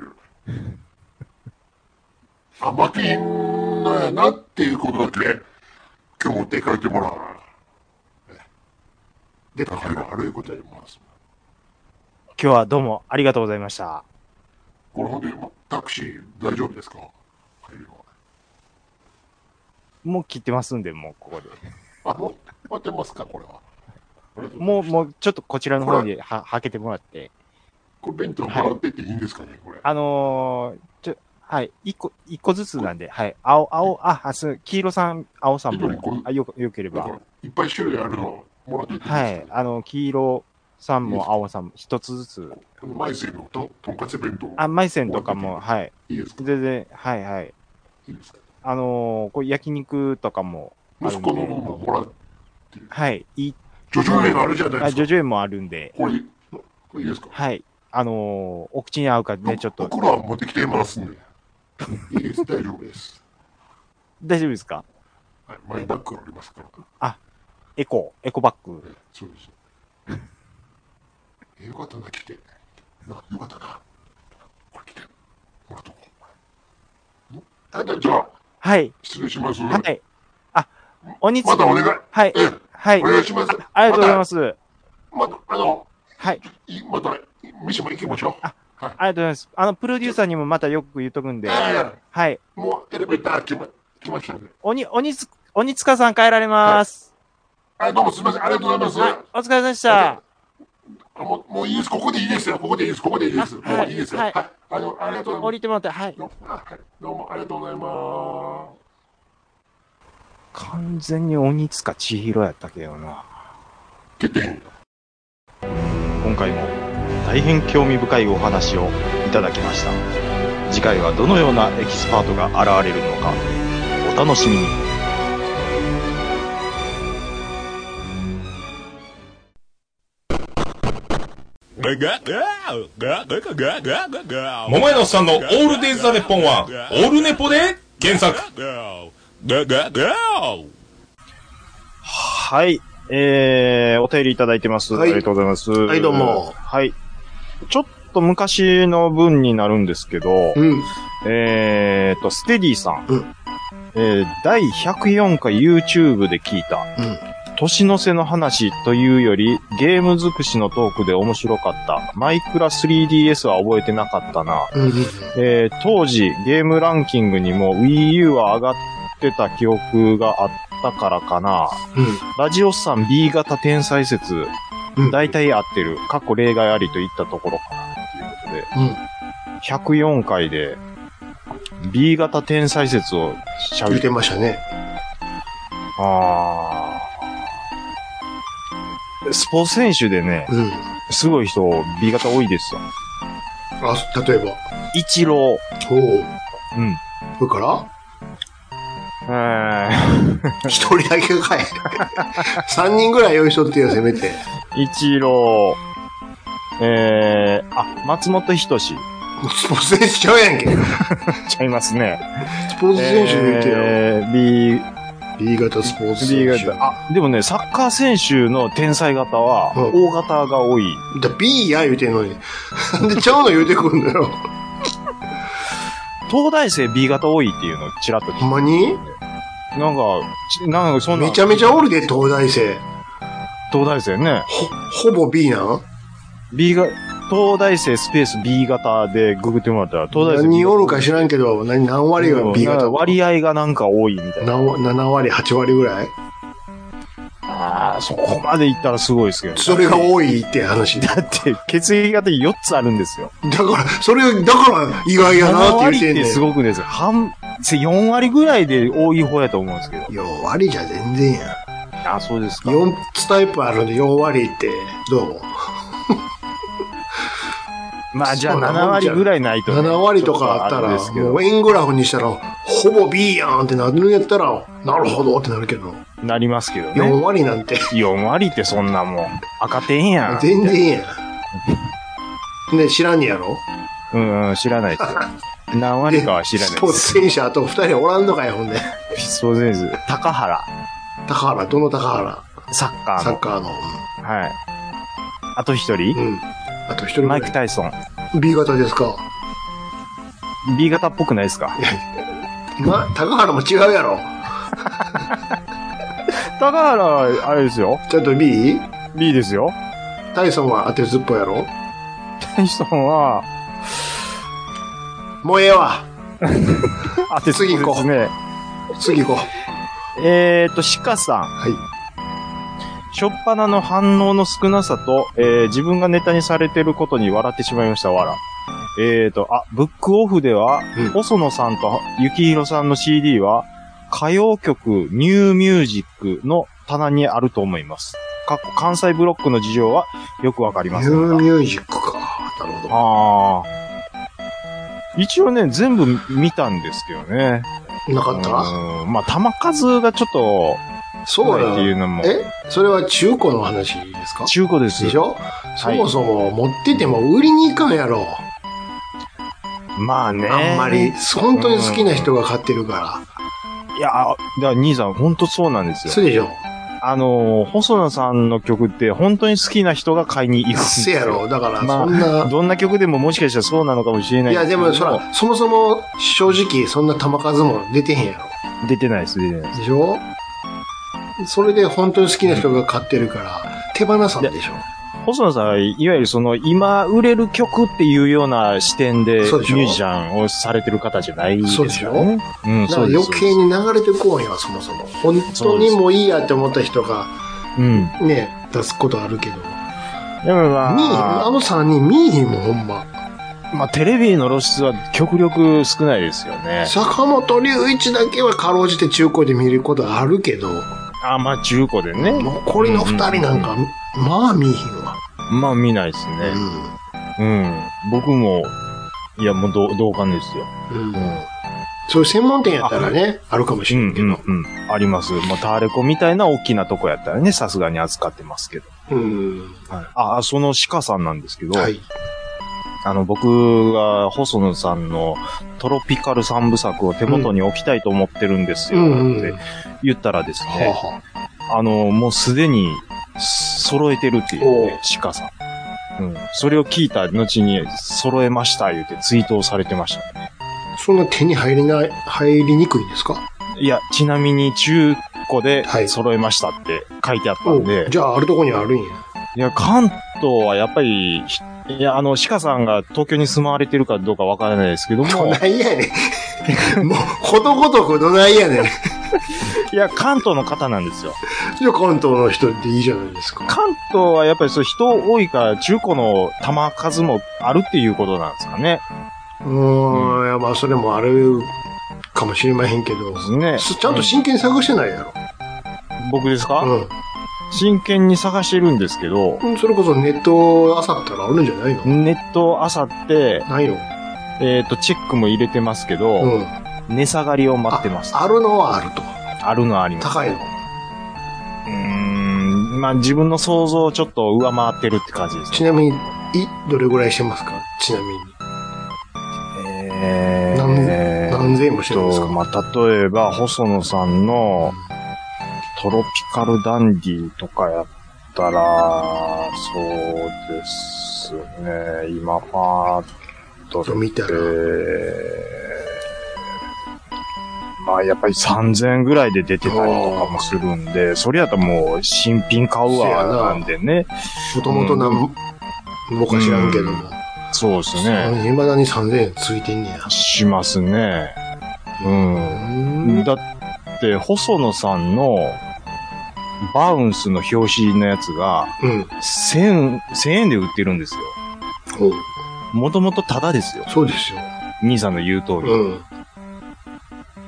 あ、負けへんのやなっていうことだけ、今日持って帰ってもらう。で、高いが悪いことやります。
今日はどうもありがとうございました。
これほんで、タクシー大丈夫ですか帰りは
もう切ってますんで、もうここで。
あ、もう、待ってますかこれは。
もう、もう、ちょっとこちらの方には、はけてもらって。
これ弁当もらってっていいんですかねこれ。
あのー、ちょ、はい、一個、一個ずつなんで、はい、青、青、あ、あ、す、黄色さん、青さん
緑こ
も
ん、
あよ、よけれ
だか
ば。
ら、いっぱい種類あるのもらってっていい
は
で
い
す、か、
あの、黄色さんも青さんも、一つずつ。
このマイセイのととんかつ弁当、
あ、マイセンとかも、はい、
いいですか
全然、はい、はい。
いいですか
あのー、こう焼肉とかも、ある
息
ん
子の
で、
ももらう。
はい、いい、
ジョジョ園あるじゃない
あ、
です
ジ
か。
ョジョ園もあるんで、
これ、これいいですか
はい、あのー、お口に合うかね、ちょっと、
僕らは持ってきてますんで。いいです、大丈夫です。
大丈夫ですか
はい、マイバッグありますから。
エコー、エコバッグ。
そうです。 えよかったな、来て。なよかったな。これ来て。ほら、どこ。んあ、じゃあ、
はい、
失礼します。
はい。あ、おにつ
またお願い。
はい
ええ、
はい
お。願いします。
ありがとうございます。
また、またあの、
はい。
いまた、飯も行きましょう。はい。
ありがとうございます。あの、プロデューサーにもまたよく言っとくんで。
え
はい。
えもうエレベーター来ま来ましたね。
鬼、鬼つ、鬼塚さん帰られます。
あ、どうもすみません。ありがとうございます。
お疲れ様でした。
あもうもういいです。ここでいいですよ。ここでいいです。ここでいいです。
はい
もういいですよ。
は
はいい。あの、ありがとうご
降
ざい
りてもらって、はい。
ます。どうもあはいどうもありがとうございます。
完全に鬼塚千尋やったけどな。
欠点。
今回も大変興味深いお話をいただきました次回はどのようなエキスパートが現れるのかお楽しみに
桃
桃屋のお
屋のおっ
っ
さ
さ
ん
ん
の
の
オ
オ
ー
ー
ル
ル
デ
デ
イ
イ
ズ・
ズ・ザ・
ザ・
ネ
ネ
ッ
ッポ
ポ
ン
ン
は
は、
オ
オ
ー
ー
ル
ル
ネ
ネ
ポ
ポ
で
で検
検索
索。
はいえー、お便りいただいてます、
はい
ありがとうございますはい
どうも
はいちょっと昔の文になるんですけど、
うん。
えーと、ステディさん。
うん
えー第104回 YouTube で聞いた。
うん
年の瀬の話というより、ゲーム尽くしのトークで面白かった。マイクラ 3DS は覚えてなかったな。
うんうん。
えー当時、ゲームランキングにも Wii U は上がってた記憶があったからかな。
うん。
ラジオスさん B 型天才説、
うん
大体合ってる。過去例外ありといったところかな。ということで、
うん
104回で B 型天才説をしゃべ
言っ
って
てましたね。
あースポーツ選手でね、
うん。
すごい人 B 型多いですよ。
あ、例えば。
イチロ
おお。
ー。うん。
それから
え
一人だけかい。 三人ぐらい用意しとってよ、せめて。
ー、イチロー。えー、あ、松本人志。
スポーツ選手ちゃうやんけ。
ちゃいますね。
スポーツ選手言うてよ。
えー、B
B 型スポーツ選
B
手。
型。あ、でもね、サッカー選手の天才型は、
うん
O 型が多い。
だ B や言うてんのに。なんでちゃうの言うてくんだよ。
東大生 B 型多いっていうのをちらっと聞
ほんまに
いなんか、ちなんかそんな。
めちゃめちゃおるで、東大生。
東大生ね。
ほ、ほぼ B なん
B が、東大生スペース B 型でググってもらったら、東大生 B 型。
何おるか知らんけど、何、何割が B
なん
型
か割合がなんか多いみたいな。
何割 ?7 割、8割ぐらい
ああ、そこまでいったらすごいですけど、
それが多いって話。だ
だって、血液型4つあるんですよ。
から、それ、だから意外やな
7
って
割
言
っ
うてんね
て
ん。
すごくですよ。半、4割ぐらいで多い方やと思うんですけど。
4割じゃ全然やん。
あ、そうですか。
4つタイプあるんで4割って、どう
まあじゃあ
そうな
7
もんじ
割
ゃん
ぐらいないと、
7割とかあったら、
ちょとあれですけ
も
ど
う円グラフにしたら、ほぼ B やんってなるんやったら、なるほどってなるけど、
なりますけど
4
ね。
割なんて、
4割ってそんなもん。赤点やん。
全然やん。ね、知らんねやろ
うんうん、知らないです。何割かは知らない
スポ
で
ーツ
す。
選手あと2人おらんのかい、ほんで。
スポーツ選手。高原。
高原、どの高原
サッカー
サ
の
ッ。カーの。
はい。あと一人
う、ん。あと1人ぐ
マ
ら
イク・
い。
タイソン。
B 型ですか。
B 型っぽくないですか
ま、高原も違うやろ。
高原は、あれですよ。
ちょっと B?
B ですよ。
タイソンは当てずっぽやろ
タイソンは、
もうええわ。
あてそう
次行
で
こ
す
う
ね。
次行こ
えーと、鹿さん。
う。はい。
しょっぱなの反応の少なさと、えー自分がネタにされてることに笑ってしまいました、笑。えーと、あ、ブックオフでは、
うん
細野さんと幸宏さんの CD は、歌謡曲ニューミュージックの棚にあると思います。かっこ関西ブロックの事情はよくわかりま
ニ
せ
ュ
ん
ー
が
ミ。ュージックか。なるほど。
あー。一応ね、全部見たんですけどね。
なかった
うんまあ、玉数がちょっと、
そう
ない
な
って
の
いうのも、
えそれは中古の話ですか
中古です
でし。ょそ
い
もそも持ってても売りに行かんやろ。
まあね。
あんまり。本当に好きな人が買ってるか
いや、あだから兄さん、ほんとそうなんです
そう
よ。
でしょ。
あのー、細野さんの曲って、本当に好きな人が買いに行くんです
せ
よ。
やろ。だから、
まあ
そんな、
どんな曲でももしかしたらそうなのかもしれない
いや、でも、そ
ら、
ら、そもそも、正直、そんな球数も出てへんやろ。
出てないです、出てないです。
でしょそれで本当に好きな人が買ってるから、手放さんでしょ
細野さんは、いわゆるその、今売れる曲っていうような視点で、ミ
そう
ュ
でしょ
ージシャンをされてる方じゃないです
そう
よ
でしょ
ね。うん、
だ
そ
から
うで
余
す。
計に流れてこうへんわ、そもそも。本当にもういいやって思った人が、
うん。
ね、出すことあるけど。見
でも
えへんあ
ま
の3人見えへんもん、ほんま。
あ、まあ、テレビの露出は極力少ないですよね。
坂本龍一だけはかろうじて中古で見ることあるけど、
あ、まあ、中古でね。
残りの2人なんか、まあ見えへんわ。
まあ、見ないですね。うん。僕も、いや、もう同同感ですよ。
うん。うん。そういう専門店やったらね、あるかもし
う
れ
ん
ん、け
う
ど。
ん、うん。あります。まあ、ターレコみたいな大きなとこやったらね、さすがに扱ってますけど。
うん。
はい、あ、あその鹿さんなんですけど、
はい。
あの、僕が細野さんのトロピカル三部作を手元に置きたいと思ってるんですよ、
うんうん
って言ったらです
はあ
ね、
はあ
あの、もうすでに揃えてるっていう、ね、鹿さん。うん、それを聞いた後に、揃えました、言うてツイートをされてました。
そんな手に入りない、入りにくいんですか
いや、ちなみに中古で
はい
揃えましたって書いてあったんで、
おじゃあ、あるとこにあるんや。
いや、関東はやっぱり、ひいや、あの、鹿さんが東京に住まわれてるかどうかわからないですけど
ど
も、
ないやねん。もう、ことごとくどないやねん。
いや、関東の方なんですよ。
じゃあ、関東の人っていいじゃないですか。
関東はやっぱりそう人多いから中古の玉数もあるっていうことなんですかね。
うーん、いや、まあ、それもあるかもしれまへんけど。
ね
すちゃんと真剣に探してないやろ。
僕ですか、
うん
真剣に探してるんですけど、
うん。それこそネットあさったらあるんじゃないの
ネットあさって、
ないの
えっ、と、チェックも入れてますけ
う
ど、
ん。
値下がりを待ってます。
あるのはあると。
あるのはあります。
高いの。
うーん、まあ自分の想像をちょっと上回ってるって感じです
ち
ね。
なみに、い、どれぐらいしてますかちなみに。
え
何何千円もしてるんです
と、
か
まあ、例えば、細野さんの、トロピカルダンディとかやったら、そうですね、今パーッと出て
見たら
まあやっぱり3000円ぐらいで出てたりとかもするんで、それやったらもう新品買う
せやな
わ、なんでね。
もともとなん、僕は知らんけども。
そうですね。
いまだに3000円ついてんねや。
しますね。うん。
うん。
だって、細野さんの、バウンスの表紙のやつが、
うん。
1000、1000円で売ってるんですよ。
お
もともとタダですよ。
そうですよ。
兄さんの言う通り。
うん。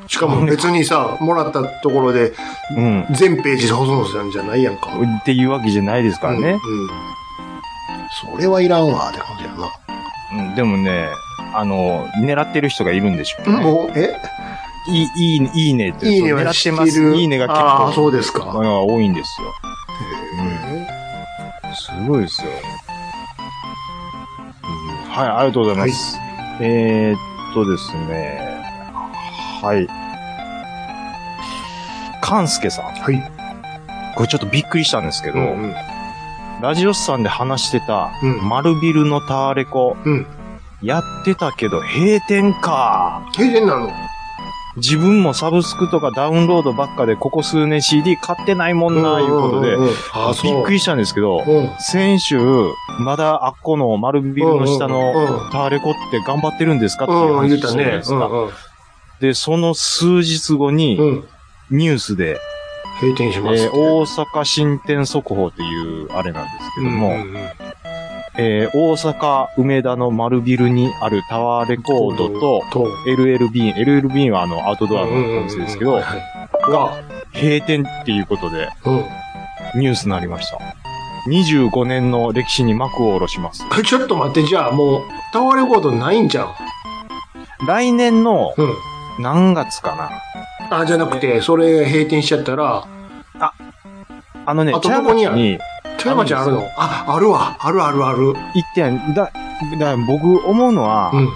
しかも別にさ、もらったところで、
うん。
全ページで細野さんじゃないやんか。
っていうわけじゃないですからね。
うん。うんそれはいらんわ、って感じや
うんでもね、あの、狙ってる人がいるんでしょう
な。
ね。
もう、え
いい、いい、いいねって。
いいね
狙
は
っ
して
て
る。
ます。いいねが結
ああ、
構、
そうですか。
まあ多いんですよ。
へ
すごいですよ。はい、ありがとうございます。えー、っとですね、はい。かんすけさん。
はい。
これちょっとびっくりしたんですけ
えう
ど、
んうん。
ラジオスさんで話してた、
うん
丸ビルのターレコ、
うん
やってたけど閉店か。
閉店なの
自分もサブスクとかダウンロードばっかでここ数年 CD 買ってないもんな、いうことで、
うんうんうんああ、そう。
びっくりしたんですけど、
うん。
先週、まだあっこの丸ビルの下
うんうん
の
うん
ターレコって頑張ってるんですかっていう
うん、言
話
う
したたじゃない
ね
で。す
う
か。
ん
で、その数日後
う
に、
ん。うん。
ニュースで、
閉店しますって。
えー大阪新店速報っていうあれなんですけども、
うんうんうん
えー大阪梅田の丸ビルにあるタワーレコードと、
と、
LLB、LLB はあのアウトドアのお店ですけ
うんうん
ど
うん、はいが、
閉店っていうことで
うん。
ニュースになりました。25年の歴史に幕を下ろします。
えちょっと待って、じゃあもう、タワーレコードないんじゃん。
来年の
うん。
何月かな
あ、じゃなくて、それ閉店しちゃったら、
あのね、
あと
茶
どこにある
屋町に
富山ちゃんあるのあ、あるわ。あるあるある。
一点、だ、だ僕思うのは、
うん。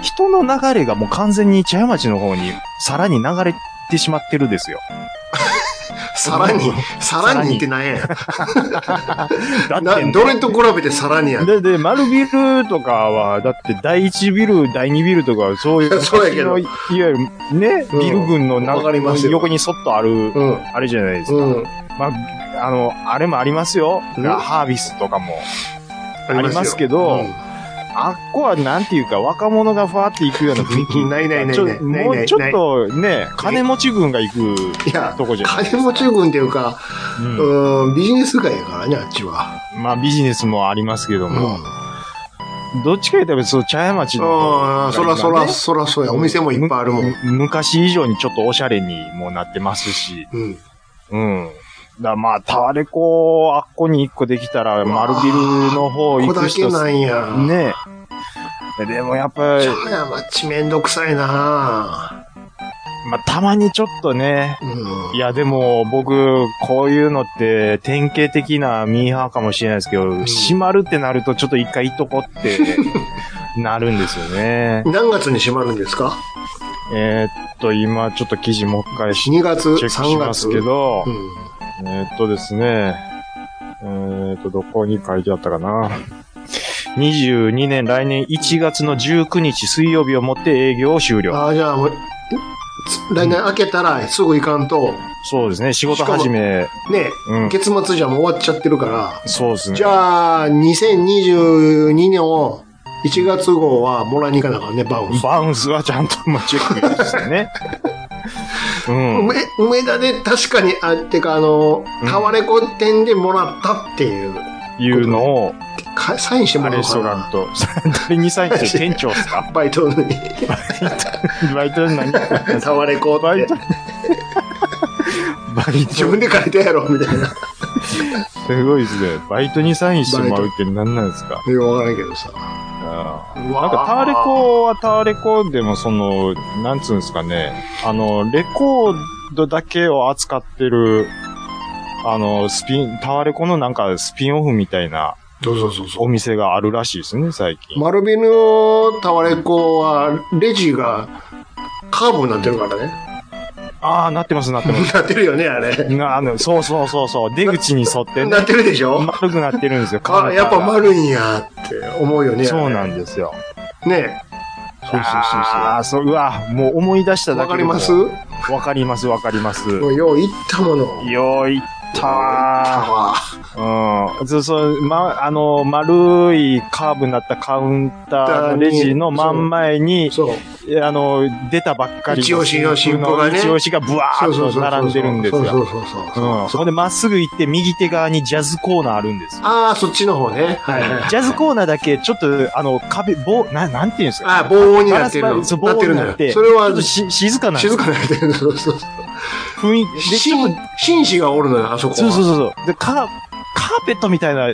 人の流れがもう完全に茶屋町の方にさらに流れってしまってるですよ。
さらに、さらにってなんや。
だって、
などれと比べてさらにや。
で、で、丸ビルとかは、だって第1ビル、第2ビルとか、そういう、
そうやけど
いわゆる、ね、
うん
ビル群のな
わかりますよ
横にそっとある、
うん。
あれじゃないですか。
うん。
まあ、あの、あれもありますよ。
うん
ハービスとかも。ありますけ
よ
ど、
うん
あっこはなんていうか、若者がファーって行くような雰囲気。
ないないないない
ちょ
ないない
もうちょっとね、金持ち軍が行く
いや、
とこじゃない。
金持ち軍っていうか、
うん
うん、ビジネス街やからね、あっちは。
まあビジネスもありますけど
う
も、
ん。
どっちか言ったらそう、茶屋町
あ
の
あ、。そらそら、そらそうや。お店もいっぱいあるもん。
む昔以上にちょっとおしゃれにもなってますし、
うん。
うん。だまあ、タワレコ、あっこに一個できたら、丸ビルの方行
ここ
く
だ
人
けなんや。。
ねえ。でもやっぱり、
茶屋町めんどくさいな
まあ、たまにちょっとね、
うん。
いや、でも、僕、こういうのって、典型的なミーハーかもしれないですけど、
ん
閉まるってなると、ちょっと一回行っとこって、 なるんですよね。
何月に閉まるんですか
えーっと、今、ちょっと記事もう一回し
?2 月、
チェックし
3
ますけ
月。
ど
う、ん。
えーっとですね、えーっと、どこに書いてあったかな。22年来年1月の19日水曜日をもって営業を終了。
ああ、じゃあもう、つ来年開けたらすぐ行かんと、
そうですね、仕事始め。
ね、
うん、
月末じゃもう終わっちゃってるから、
そうですね。
じゃあ、2022年を、1月号はもらいに行かなあかんね、バウンス。
バウンスはちゃんともうチェックして ね。うん。
梅梅田で確かに、あ、てかあの
う、ん
タワレコ店でもらったっていう、
いうのを、
かサインしても
あ
らお
れ
う
ス
か
トラ
な
ン。と、誰にサインして店長っすか
バイトのに、
バイトに 何バ
タワレコっ
イ
て
ト。バイ
自
ト、
分で書いたやろ、みた いな。
すごいですね。バイトにサインしてもらうって何なんですか
いや、わからんけどさ。
あー
なん
なんかタワレコはタワレコでもその、なんつうんですかね、あの、レコードだけを扱ってる、あの、スピン、タワレコのなんかスピンオフみたいな
そうそうそうそ
お店があるらしいですね、最近
う。。丸ビルのタワレコは、レジがカーブになってるからね。
ああ、なってます、なってます。
なってるよね、あれ。
なあの、そうそうそうそう、出口に沿ってね
なってるでしょ
丸くなってるんですよ。
あ、やっぱ
丸
丸いんやって思うよね。
そうなんんですよ。
ねそうそうそうそう
ああ、そう、うわ、もう思い出しただ
わ
け
か
で
り
も
ます
わ
も
かります、わかります。
うよう行ったもの。行っ
よーいったー。
わ。
うん。そうそう、ま、あの、丸いカーブになったカウンターのレジの真ん前に、
そう。
あの、出たばっかりの。
一押しの新婦がね
一押しがブワ
そ
ー
うそう
ッと
そうそう
並んでるんですよ。
そうそうそう
う
そ
ん。
う。
ほんで、まっすぐ行って右手側にジャズコーナーあるんですよ。
ああ、そっちの方ね。はいはいはい。
ジャズコーナーだけ、ちょっと、あの、壁、棒、な、なんていうんですか
ああ、棒に
ガ
な
ラ
って
ス
る
パ
の。
イそう棒
ってる
に
の
な
よ
って、
それ
ちょっと
は
し静かな
静かになってるの。そうそうそう。
雰囲気。で、ちょっ
紳紳士がおるのよ、あ
と、
そこ
そう
は。
そうそうそう。で、カー、カーペットみたいな、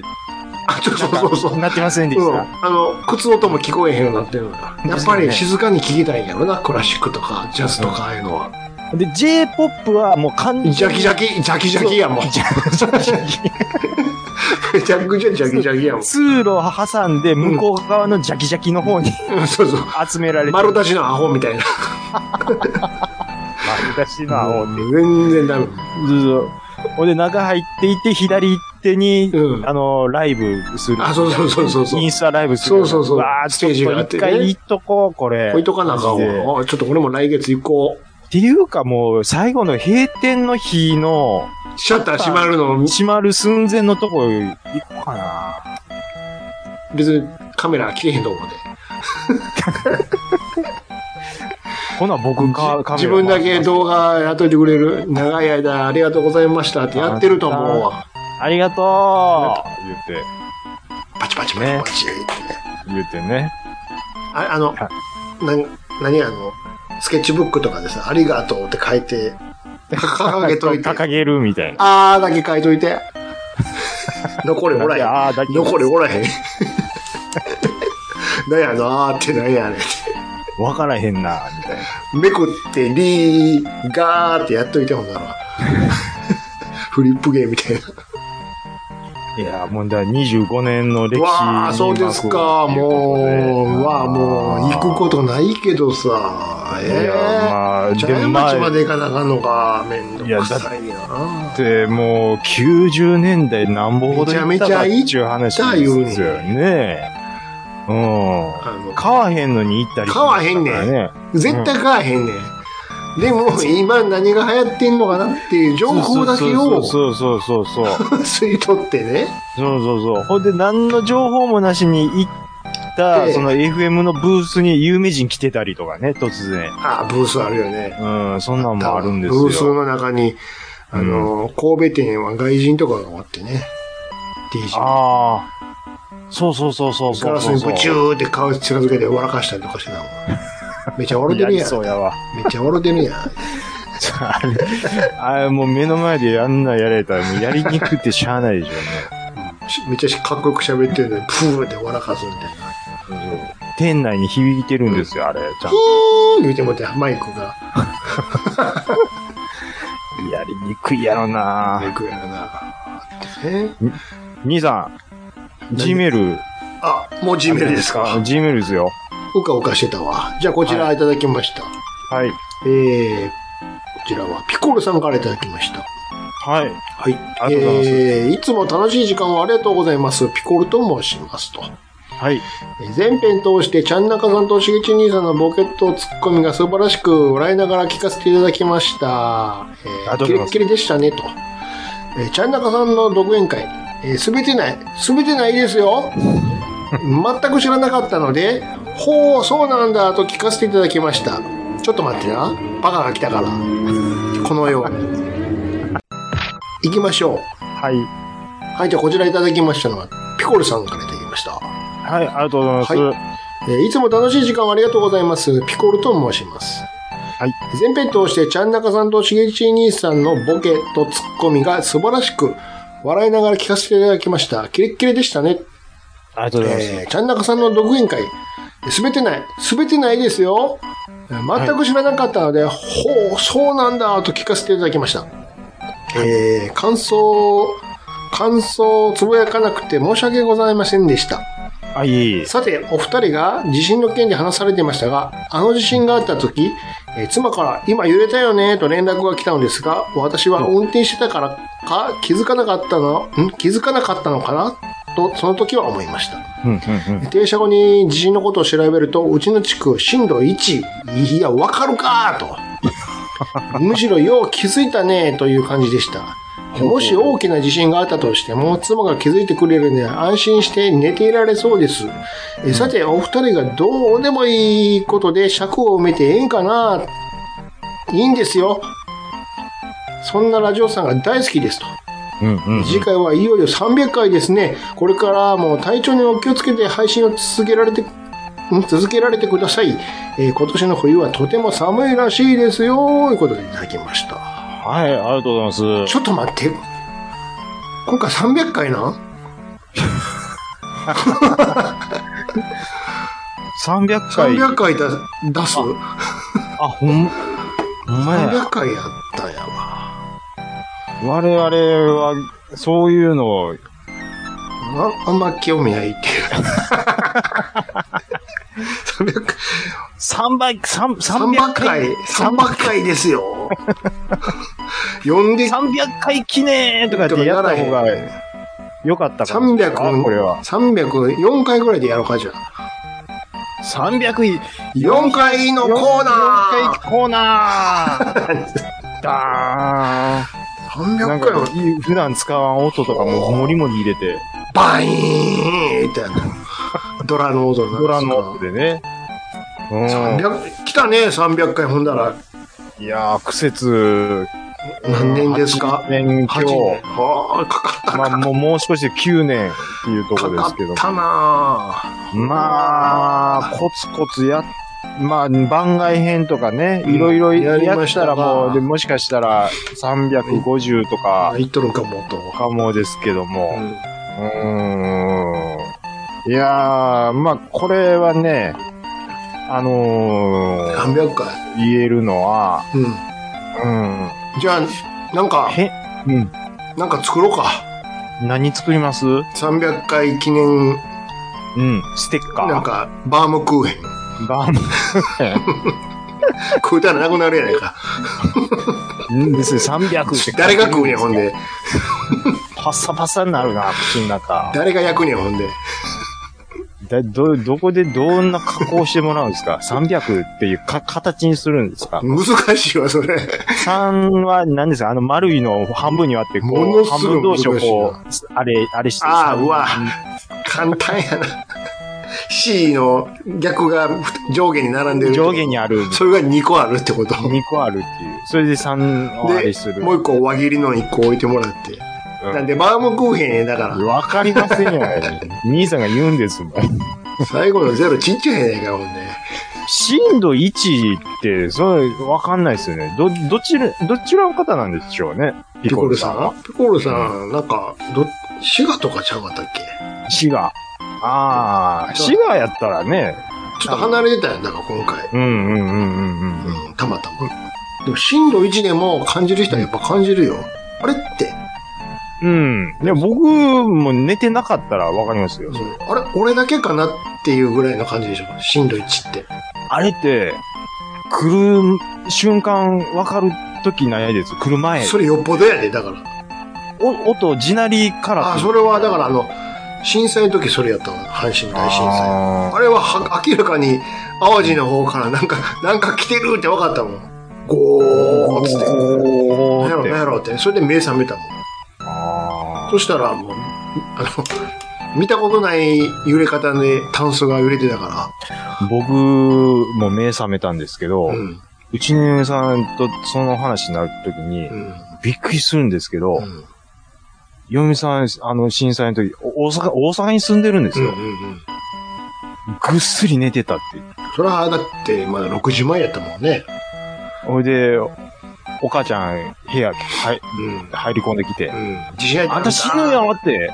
あそう
なんか
そうそうそう。
なってませんでし
うん、
た。
あの靴音も聞こえへんようになってるからやっぱり静かに聞きたいんやろなクラシックとかジャズとかああいうのは、
で、J-POP はもう完全に
ジャキジャキジャキジャキやもんジャクジャジャキジャキやもん
通路を挟んで、向こう側のジャキジャキの方に
うんそうそう
集められて
丸出しのアホみたいな
丸出しの青って。
全然ダメ
そうそうほんで、中入っていて、左手に、
うん
あの、ライブする。
あそうそうそうそうそう
インスタライブする。
そうそうそう
わあ、
ス
ち
テ
ょ
ー
っ
ジが
と
あって
一
ね
回行っとこう、これ。
置いとかなあかんわあちょっとこれも来月行こう
っていうかもう、最後の閉店の日の、
シャッター閉まるの
閉まる寸前のとこ行こうかな。
別にカメラ切れへんと思うで
ほな、僕か、カメラ
自分だけ動画やっといてくれる長い間ありがとうございましたってやってると思うわ
ありがとう言って、
パチパチパチパチ、
言ってね。
ああの、
は
な何あの、スケッチブックとかでさ、ありがとうって書いて、掲げ といて、
掲げるみたいな。
あーだけ書いと いて、残りおらへん。
ああ、だけ
残りおらへん。 何やなーって何やね
わからへんな、みたいな。
ん。めくって、リー、ガーってやっといてほんな ら。フリップゲーみたいな。
いや、もうだ、25年の歴史に幕を
わあ、そうですか。もう、わあ、もう、行くことないけどさ。か。え
いや、まあ、
茶
で
屋
もま
町ま
あ、
で行かなあかんのか。めんどくさいよな。
でもう90年代なんぼほど行ったかっていう話ですよね。う
あの
ん。買わへんのに行ったり
買わへんねん
ね。
絶対買わへんねん。でも、今何が流行ってんのかなっていう情報だけを
そうそうそうそう そう。
吸い取ってね。
そうそうそう。ほんで、何の情報もなしに行った、
で
その FM のブースに有名人来てたりとかね、突然。
ああ、ブースあるよね。
うん、そんなんもあるんです
ブース
よ。
の中に、あの、神戸店は外人とかがおってね。DJ。
ああ。そうそうそうそう
ガ
そう
ラス
そう
に
そう。
ブチューって顔近づけて笑かしたりとかしてたもん。めっちゃ笑って
や
る
り
やん。
そうやわ。
めっちゃ笑ってるやん。
あれ、あれもう目の前でやんなやられたら、もうやりにくくてしゃあないでしょうね。
しめっちゃかっこよく喋ってるのに、プーって笑かすみたいな。
店内に響いてるんですよ、あれ。ちゃんと
ピーン言うてもって、マイクが。
やりにくいやろな
マイクやらな。え
兄さん、G メール。
あ、もう G メールですか。
?G メールですよ。
うかうかしてたわ。じゃあこちらいただきました。
はい。
えー、こちらはピコルさんからいただきました。
はい。
はい。
ありがとうございます
えー、いつも楽しい時間をありがとうございます。ピコルと申しますと。
はい。
えー前編通して、ちゃんなかさんとしげち兄さんのボケとツッコミが素晴らしく笑いながら聞かせていただきました。え
あ
ー、
どう
キ
も
レッキレでしたね、と。えー、ちゃんなかさんの独演会、す、べ、てない、すべてないですよ。全く知らなかったので、 ほう、そうなんだ、と聞かせていただきました。ちょっと待ってな。バカが来たから。 このように。行きましょう。
はい。
はい、じゃあこちらいただきましたのは、ピコルさんからいただきました。
はい、ありがとうございます。
はえーいつも楽しい時間をありがとうございます。ピコルと申します。
はい。
前編通して、ちゃんなかさんとしげち兄さんのボケとツッコミが素晴らしく、笑いながら聞かせていただきました。キレッキレでしたね。
ありがとうございます。
えー、ちゃんなかさんの独演会、すべてない、すべてないですよ。えー全く知らなかったので、ほう、そうなんだ、と聞かせていただきました。えー、感想、感想をつぶやかなくて申し訳ございませんでした。
あ、いえいえ。
さて、お二人が地震の件で話されていましたが、あの地震があった時、えー妻から今揺れたよねと連絡が来たのですが、私は運転してたからか気づかなかったの、ん気づかなかったのかなと、その時は思いました。
うん、うん、うん。
停車後に地震のことを調べると、うちの地区、震度1、いや、わかるか と。むしろよう気づいたねという感じでした。もし大きな地震があったとしても、妻が気づいてくれるんで安心して寝ていられそうです。えさて、お二人がどうでもいいことで尺を埋めてええんかないいんですよ。そんなラジオさんが大好きですと。
うん、うんうん。
次回はいよいよ300回ですね。これからも体調にお気をつけて配信を続けられて、ん続けられてください。えー今年の冬はとても寒いらしいですよ。ということでいただきました。
はい、ありがとうございま
ち
す。
ょっと待って。今回300回なん
300回。
?300 回だ出す
あ、ほん、ほんまや。
?300 回やったんやわ。
我々は、そういうのを、
ああんま興味ないって いう。300回。
3倍、三
三
300
百
回、
回、三百回で すよ。呼んで
300回記念とかってやった方が良かったかもしれない
300
これは。
304回ぐらいでやろうかじゃあ
300い、
4回のコー
4
ナー
回コーナー だーンなん
300回
か
も、
い普段使わん音とかももりもり入れて、
バイーンってやるドラの音にな
ドラの音でね。う
300来たね300回ほんだら
ん。いやー、苦節、
何年ですか
8年
8
強
年。はあかかった
まあ、もう、もう少しで9年っていうところで
か
すけ
か
ど
っ。たな
まあ、コツコツや、まあ、番外編とかね、
うん
いろいろ
や
や
りま
っ
した
た
が
らもう、でもしかしたら350と
あ
か
言っとるかもと
かもですけど
う
も。
ん
うーん。いやー、まあ、これはね、あのー、
300回
言えるのは、
うん
うん。
じゃあなんか
へ、うん。
なんか作ろうか
何作りますう
300回記念
ん。ステッカー。
なんかバームクーヘン
バーム。
食うたらなくなるやないか。
うん、別に300って
誰が食うねん、ほんで。
パッサパサになるな、口の中。
誰が焼くねん、ほんで。
だ、ど、どこでどんな加工してもらうんですか ?300 っていうか、形にするんですか
難しいわ、それ。
3は何ですかあの丸いのを半分に割って、こ
もの
う、
す
半
ごい
分同士をこ
難
う、あれ、あれして。
ああ、うわ。簡単やな。C の逆が上下に並んでる。
上下にある
それが2個あるってこと。
2個あるっていう。それで3をあれす
で、
る。
もう1個輪切りの1個置いてもらって。
うん
なんで、バームクーヘンやだから。
わかりませんよ。兄さんが言うんですもん。
最後のゼロちっちゃいやないか、ほんで。
震度1って、それ、わかんないですよね。ど、どちら、どちらの方なんでしょうね。
ピコルさ
は
んピコルさん、なんか、ど、滋賀とかちゃうかったっけ
滋賀。ああ、滋賀やったらね。
ちょっと離れてたやん、だから今回。
うんうんうんうんうん。
うん、たまたま。でも、震度1でも感じる人はやっぱ感じるよ。あれって、
うん。いや、僕も寝てなかったらわかりますよ。
あれ俺だけかなっていうぐらいの感じでしょ震度1って。
あれって、来る瞬間わかるときないです。来る前。
それよっぽどやで、だから。
お音、地鳴りから。
あ、それはだからあの、震災の時それやったの。阪神大震災。
あー
あれはは明らかに淡路の方からなんか、なんか来てるって分かったもん。ゴーっつって。
お
なんや
ーっ
ろ
て
なんやろって。それで目覚めたもん。
あ
そしたらもう、あの、見たことない揺れ方で炭素が揺れてたか
ー僕も目覚めたんですけど、
ら。
う
うん。
ちの嫁さんとその話になるときに、
うん。
びっくりするんですけど、
うん。
嫁さん、あの、震災の時、お大阪、大阪に住んでるんです
うんう
よ。
んうん。
ぐっすり寝てたっていう。
それはだってまだ6時前やったもんね。
ほいで、お母ちゃん、部屋、はい、
うん。
入り込んできて
う、ん。地震やった
あんた死ぬ。 よって、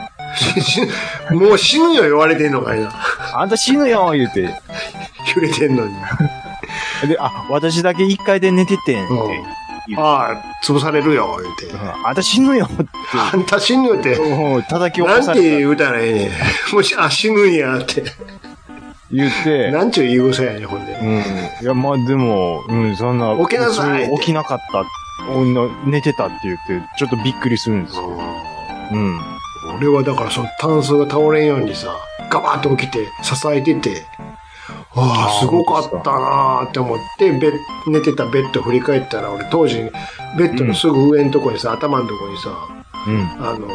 死ぬもう死ぬよ言われてんのかいな。
あんた死ぬよ言うて、
揺れてんのに。
で、あ、私だけ一階で寝ててんって
うん
言う。
ああ、潰されるよ、言うて
う。んあんた死ぬよって、
あんた死ぬよって。
もう叩き起こ
な
さ
んて
れた
言うたらええねん。もし、あ、死ぬんやって。
言って、
なんちゅう言い草やねん、ほん
う
で。
ん。いや、まあでも、うん、そんな。
起きなさいって
そう起きなかった。おんな寝てたって言って、ちょっとびっくりするんですよ。うん。
俺はだからその炭素が倒れんようにさ、ガバッと起きて、支えてて、あ
あ
あ、
ー
すごかったなーって思って、ベッ寝てたベッド振り返ったら、俺当時、ベッドのすぐ上のとこにさ、頭のとこにさ、
うん。
あの、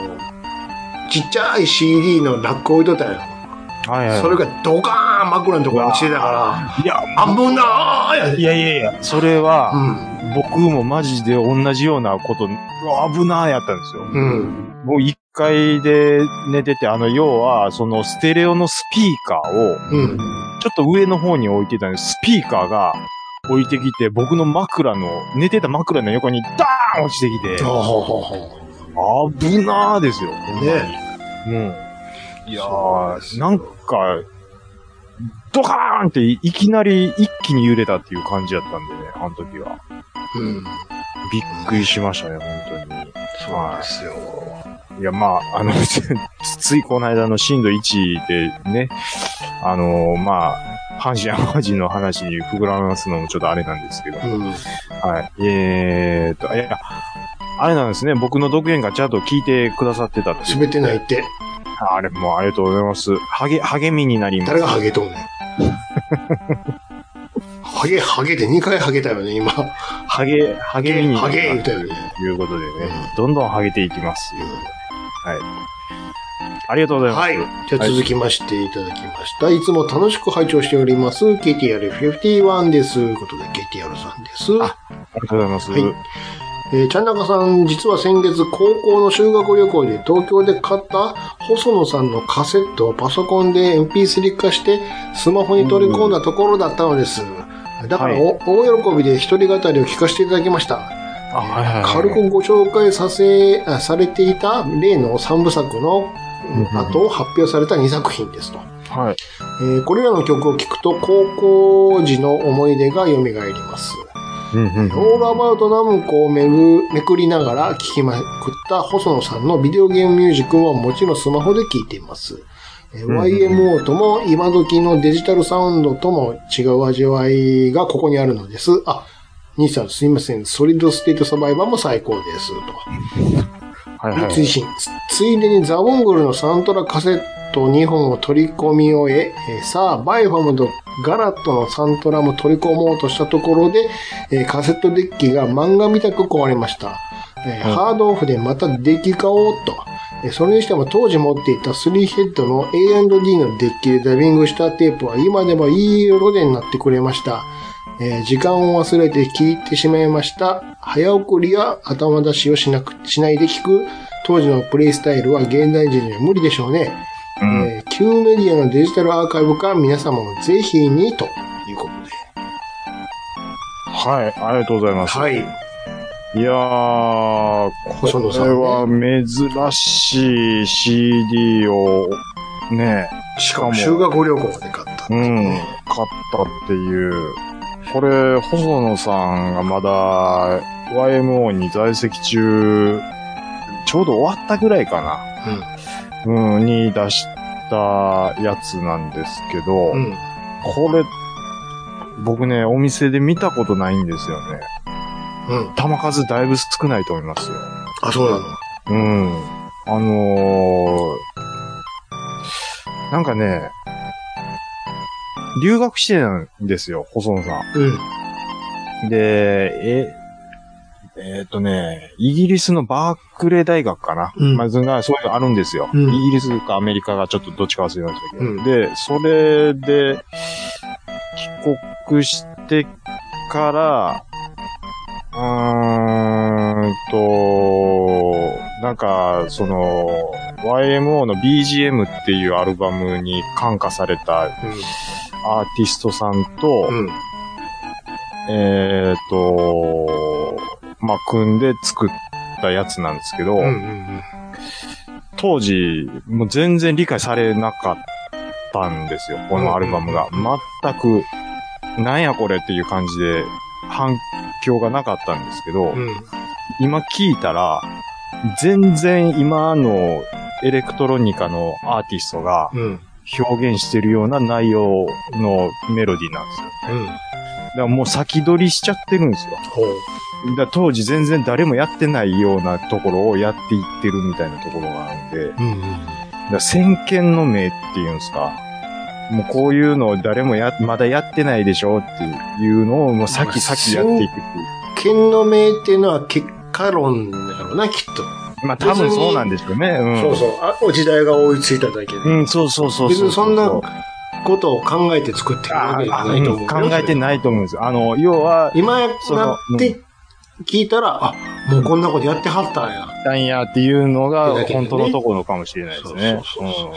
ちっちゃい CD のラック置いとったんよ。
はいはい。
それがドカーン枕のとこに落ちてたから、
いや、
危なーやで。
いやいやいや、それ
う
は、
ん。
僕もマジで同じようなこと、うわ危なーやったんですよ。
うん。
もう一階で寝てて、あの、要は、そのステレオのスピーカーを、
うん。
ちょっと上の方に置いてたんです、スピーカーが置いてきて、僕の枕の、寝てた枕の横にダーン落ちてきて、
ほうほうほうほ
危なーですよ。
う。ね
うん。いや
そうです
ー、なんか、ドカーンっていいきなり一気に揺れたっていう感じだったんでね、あの時は。
うん。
びっくりしましたね、本当に。
そうですよ。
いや、まあ、あの、 つついこの間の震度1でね、あのまあ、阪神淡路の話に膨らますのもちょっとあれなんですけど、
うん。
はい。えーっと、いや、あれなんですね、僕の独演会ちゃんと聞いてくださってたっていう。
滑ってないって、
あれもありがとうございます。励、励みになります。
誰がハゲと んねん。ハゲ、ハゲって2回ハゲたよね、今。ハ
ハゲ、ハゲ
ゲ、
に。
ハゲ言うたよね。
ということでね、どんどんハゲていきます。ありがとうございます。
はい。じゃあ続きましていただきました。い、つも楽しく拝聴しております。KTR51 です。ということで、KTR さんです。
あありがとうございます。
はいえー、ちゃんなかさん、実は先月、高校の修学旅行で東京で買った細野さんのカセットをパソコンで MP3 化して、スマホに取り込んだところだったのです。だからお、大喜びで一人語りを聞かせていただきました。
あ、はいはいはい
軽くご紹介させ、あされていた例の3部作のうん
うん
後を発表された2作品ですと。
はい。
えーこれらの曲を聴くと高校時の思い出が蘇ります。
うんうん
オールアバウトナムコをめぐめくりながら聴きまくった細野さんのビデオゲームミュージックはもちろんスマホで聴いています。えー YMO とも今時のデジタルサウンドとも違う味わいがここにあるのです。あ、兄さんすいません。ソリッドステートサバイバーも最高です。
はい
と。
は
追
い。
伸。ついでにザ・モンゴルのサントラカセット2本を取り込み終え、えーさあ、バイファムとガラットのサントラも取り込もうとしたところで、えーカセットデッキが漫画みたく壊れました。えーハードオフでまたデッキ買おうと。えーそれにしても当時持っていた3ヘッドの A&D のデッキでダビングしたテープは今でもいい色でになってくれました。えー時間を忘れて聞いてしまいました。早送りや頭出しをしなく、しないで聞く当時のプレイスタイルは現代人には無理でしょうね。
うん。
えー旧メディアのデジタルアーカイブか皆様もぜひにということで。
はい。ありがとうございます。
はい。
いやー、こ
細野さん
れ
ね
は珍しい CD をね、
し
かも
修学旅行で買った。
うん、買ったっていう。これ、細野さんがまだ YMO に在籍中、ちょうど終わったぐらいかな。うん。に出したやつなんですけど、
うん。
これ、僕ね、お店で見たことないんですよね。
うん。
玉数だいぶ少ないと思いますよ。
あ、そうなの。
うん。あのー、なんかね、留学してたんですよ、細野さ
うん。
ん。で、え、えーっとね、イギリスのバークレー大学かな。
うん
まあ、そんなそういうのあるんですよ。
うん
イギリスかアメリカがちょっとどっちか忘れましたけど。
うん
で、それで、帰国してから、うーんと、なんか、その、YMO の BGM っていうアルバムに感化されたアーティストさんと、
うん。うん。
えっ、と、まあ、組んで作ったやつなんですけど、
うん。うん。
当時、もう全然理解されなかったんですよ、このアルバムが。全く、なんやこれっていう感じで、反響がなかったんですけど、
うん。
今聞いたら、全然今のエレクトロニカのアーティストが
うん。うん。
表現してるような内容のメロディーなんですよ。
うん。
だからもう先取りしちゃってるんですよ。
ほう。
だから当時全然誰もやってないようなところをやっていってるみたいなところがあるんで、
うん。うん。
だから先見の明っていうんですか。もうこういうのを誰もや、まだやってないでしょっていうのをもう先先やっていくっていう。
剣の名っていうのは結果論だろうな、きっと。
まあ多分そうなんですよね。うん。
そうそうあ。お時代が追いついただけで。
うん、そうそうそうそう。
別にそんなことを考えて作ってるわけじゃないと思うよ。
考えてないと思うんですよ。あの、要は、
今や
その
って聞いたら、あ、もうこんなことやってはったんや。
ダイヤっていうの
だ
が
けで
本
ね
当のところかもしれないですね。
そうそうそうそう。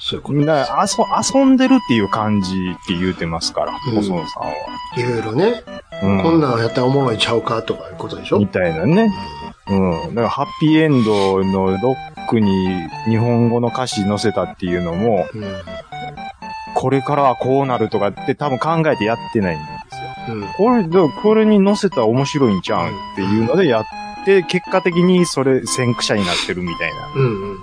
そういうこ
うん。だから遊遊んでるっていう感じって言うてますから、
うん
細野さんは。
と。いろいろね、
うん
こんなんやったらおもろいちゃうかとかいうことでしょ
みたいなね。うん。だから、ハッピーエンドのロックに日本語の歌詞載せたっていうのも、
うん。うん。
これからはこうなるとかって多分考えてやってないんですよ。
うん
これ、でもこれに載せたら面白いんちゃうんっていうのでやって、結果的にそれ先駆者になってるみたいな
うんうん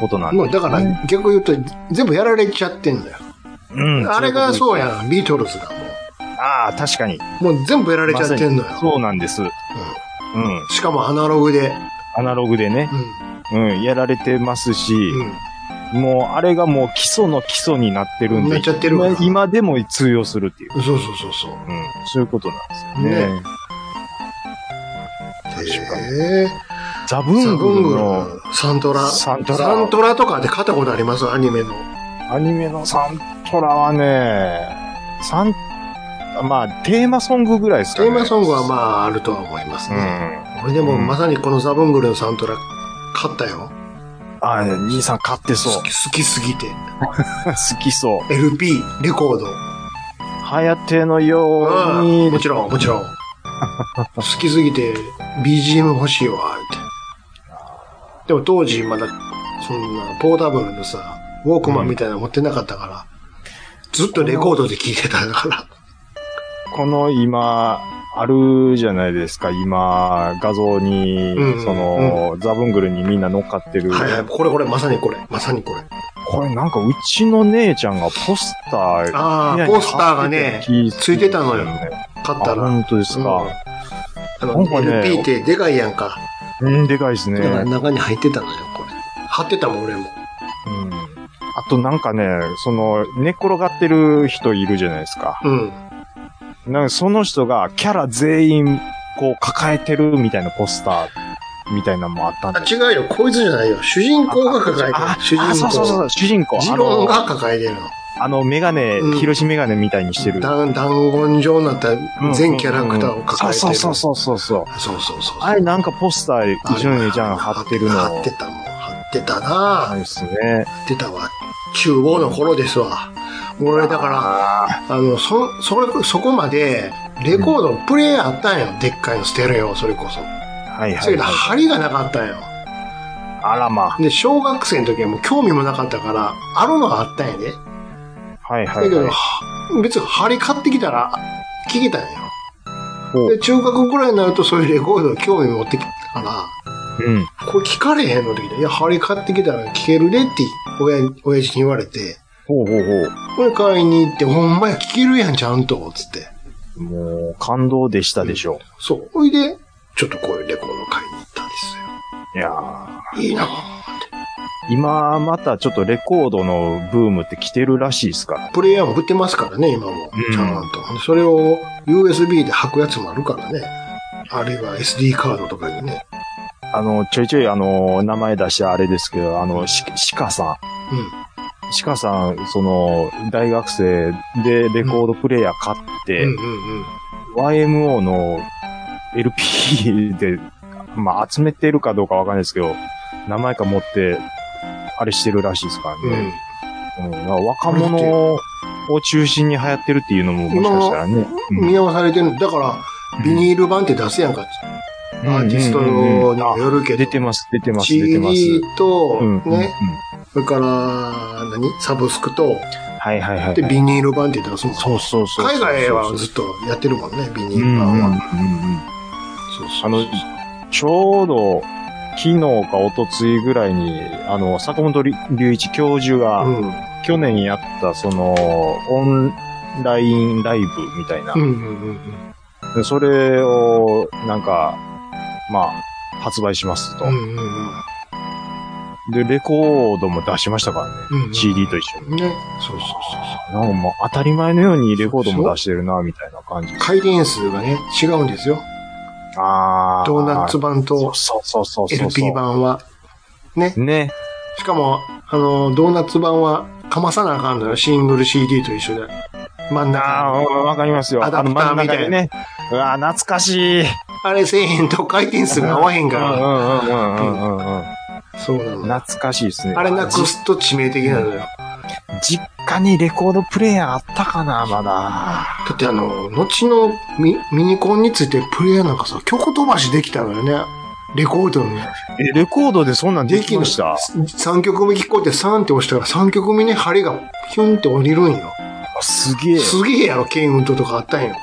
ことな
うんん。
です
もうだから
ね、
逆言うと全部やられちゃってんだよ。
うん
あれがそう
いこ
やん、ビートルズが
とですああ、確かに。
もう。もう全部やられちゃってんのよ。
そうなんです。うん。
しかもアナログで。
アナログでね
う、ん。
うん、やられてますし、
う
もう、あれがもう基礎の基礎になってるんで、
なっちゃってるから
今今でも通用するっていう。
ん。そうそうそうそう。
うん、そういうことなんですよね。
ね
確かに
ええ
ザブ
ザ
ン
ブン
グ
グ
ル
ル
の
のサントラ。
サントラ
サントラとかで買ったことありますアニメの。
アニメのサントラはね、サン、まあ、テーマソングぐらいですか
テ
ね。
ーマソングはまああるとは思いますね。
あ、
俺でも
うん
まさにこのザブングルのサントラ買ったよ。
うん。あ、兄さん買ってそう
好。き 好きすぎて。
好きそう。
LP、レコード。
はやてのよう
うん
に。
もちろん、も ちろん。好きすぎて BGM 欲しいわ、って。でも当時まだそんなポータブルのさ、ウォークマンみたいなの持ってなかったから、ずっとレコードで聴いてたから。
この今、あるじゃないですか、今、画像に、
うん
その、ザブングルにみんな乗っかってる。
はいはい、これこれ、まさにこれ、まさにこれ。
これなんかうちの姉ちゃんがポスター、
ああ、
部屋に
ポスターがね、ついてたのよ買った
あ、
ら。
本当ですか。
あ
なんか
の、
ね
LP ってでかいやんか。
うん、でかいですね。
だから
うん。
中に入ってたのよ、これ。貼ってたもん、俺も。
あとなんかね、その、寝転がってる人いるじゃないですか。
うん。
なんかその人がキャラ全員、こう、抱えてるみたいなポスター、みたいなのもあったん
あ、
で。
違うよ、こいつじゃないよ。主人公が抱えて
あ
る。主人公。
あ、そうそうそう、主人公。
ジ
あ
ロン
の、
が抱えてるの。
あの、メガネ
うん、
広島メガネみたいにしてる。
だん団言状になった全キャラクターを抱えてる。
そうそうそうそうそう。
あそうそうそう。
あれなんかポスター、うちの姉ちゃん貼ってるの。
貼ってたもん。貼ってたな
ないですね。
貼ってたわ。中央の頃ですわ。俺、だから、あの、そ、それ、そこまで、レコードのプレイヤーあったんよ。でっかいのステレオ、それこそ。
はいは
それ
い
けど、
はい。
針がなかったんよ。
あらま。
で、小学生の時はもう興味もなかったから、あるのはあったんやで。
はい
だ
は
け
い
ど、
はい。
は別に針買ってきたら、聞けたんよ。
ほ
で、
う
中学ぐらいになるとそういうレコードを興味持ってきたから、
うん。
これ聞かれへんのって聞いて、いや、針買ってきたら聞けるでって、親に、親父に言われて、
ほうほうほ
これ買いに行って、ほんまや聞けるやん、ちゃんと、つって。
う。もう、感動でしたでしょ
そう。ほいで、ちょっとこういうレコード買いに行ったん
う。いやー
ですよ。いいな
今またちょっとレコードのブームって来てるらしいですから。
プレイヤーも売ってますからね、今も
う。ん
ちゃんと。それを USB で履くやつもあるからね。あるいは SD カードとかにね。
あの、ちょいちょいあの、名前出してあれですけど、あの、し鹿さ
うん。
ん。鹿さん、その、大学生でレコードプレイヤー買って、
うんうんうん。
YMO の LP で、まあ、集めてるかどうかわかんないですけど、名前か持って、あれしてるらしいですから
うん
ね。。うんだから若者を中心に流行ってるっていうのももしかしたらね。うん
見直されてる。だから、ビニール版って出すやんか。アーティスト
うんうんうんうん
にもよるけど。
出てます、出てます、出てます。
CD と、
うんうんうん
ね、それから、何サブスクと、
はいはいはい。
で、ビニール版って出すもん。
そうそうそうそう。
海外はずっとやってるもんね、ビニー
うん
ル
う
版
んうんう
は。
ん
そうそうそう
あの、ちょうど、昨日か一昨日ぐらいに、あの、坂本龍一教授が、
うん。
去年やった、その、オンラインライブみたいな
う。んうんうんうん。
でそれを、なんか、まあ、発売しますと
う。んうんうん
で、レコードも出しましたからね。
うんうん
CD と一緒に。
ね。そうそうそう。
なんかもう当たり前のようにレコードも出してるな、みたいな感じ。
回転数がね、違うんですよ。
あー
ドーナツ版
そう
と
そうそうそうそう。
LP 版は。ね。
ね。
しかも、あの、ドーナツ版はかまさなあかんのよ。シングル CD と一緒で。真ん
あ
中
ー、わかりますよ。
アダプター
あの真ん中にね。うわー、懐かしい。
あれせえへんと回転数が合わへん
う
か
ん うん
ら。
うんうんうんうん。
そうなの。
懐かしいですね。
あれなくすと致命的なのよ。
実家にレコードプレイヤーあったかな、まだ。
だってあの、後のミミニコンについてプレイヤーなんかさ、曲飛ばしできたのよね。レコードの。
え、レコードでそんなんできました
3曲目聞こうって3って押したら3曲目に針がヒュンって降りるんよ。
すげえ。す
すげえやろ、ケンウントとかあったんよ。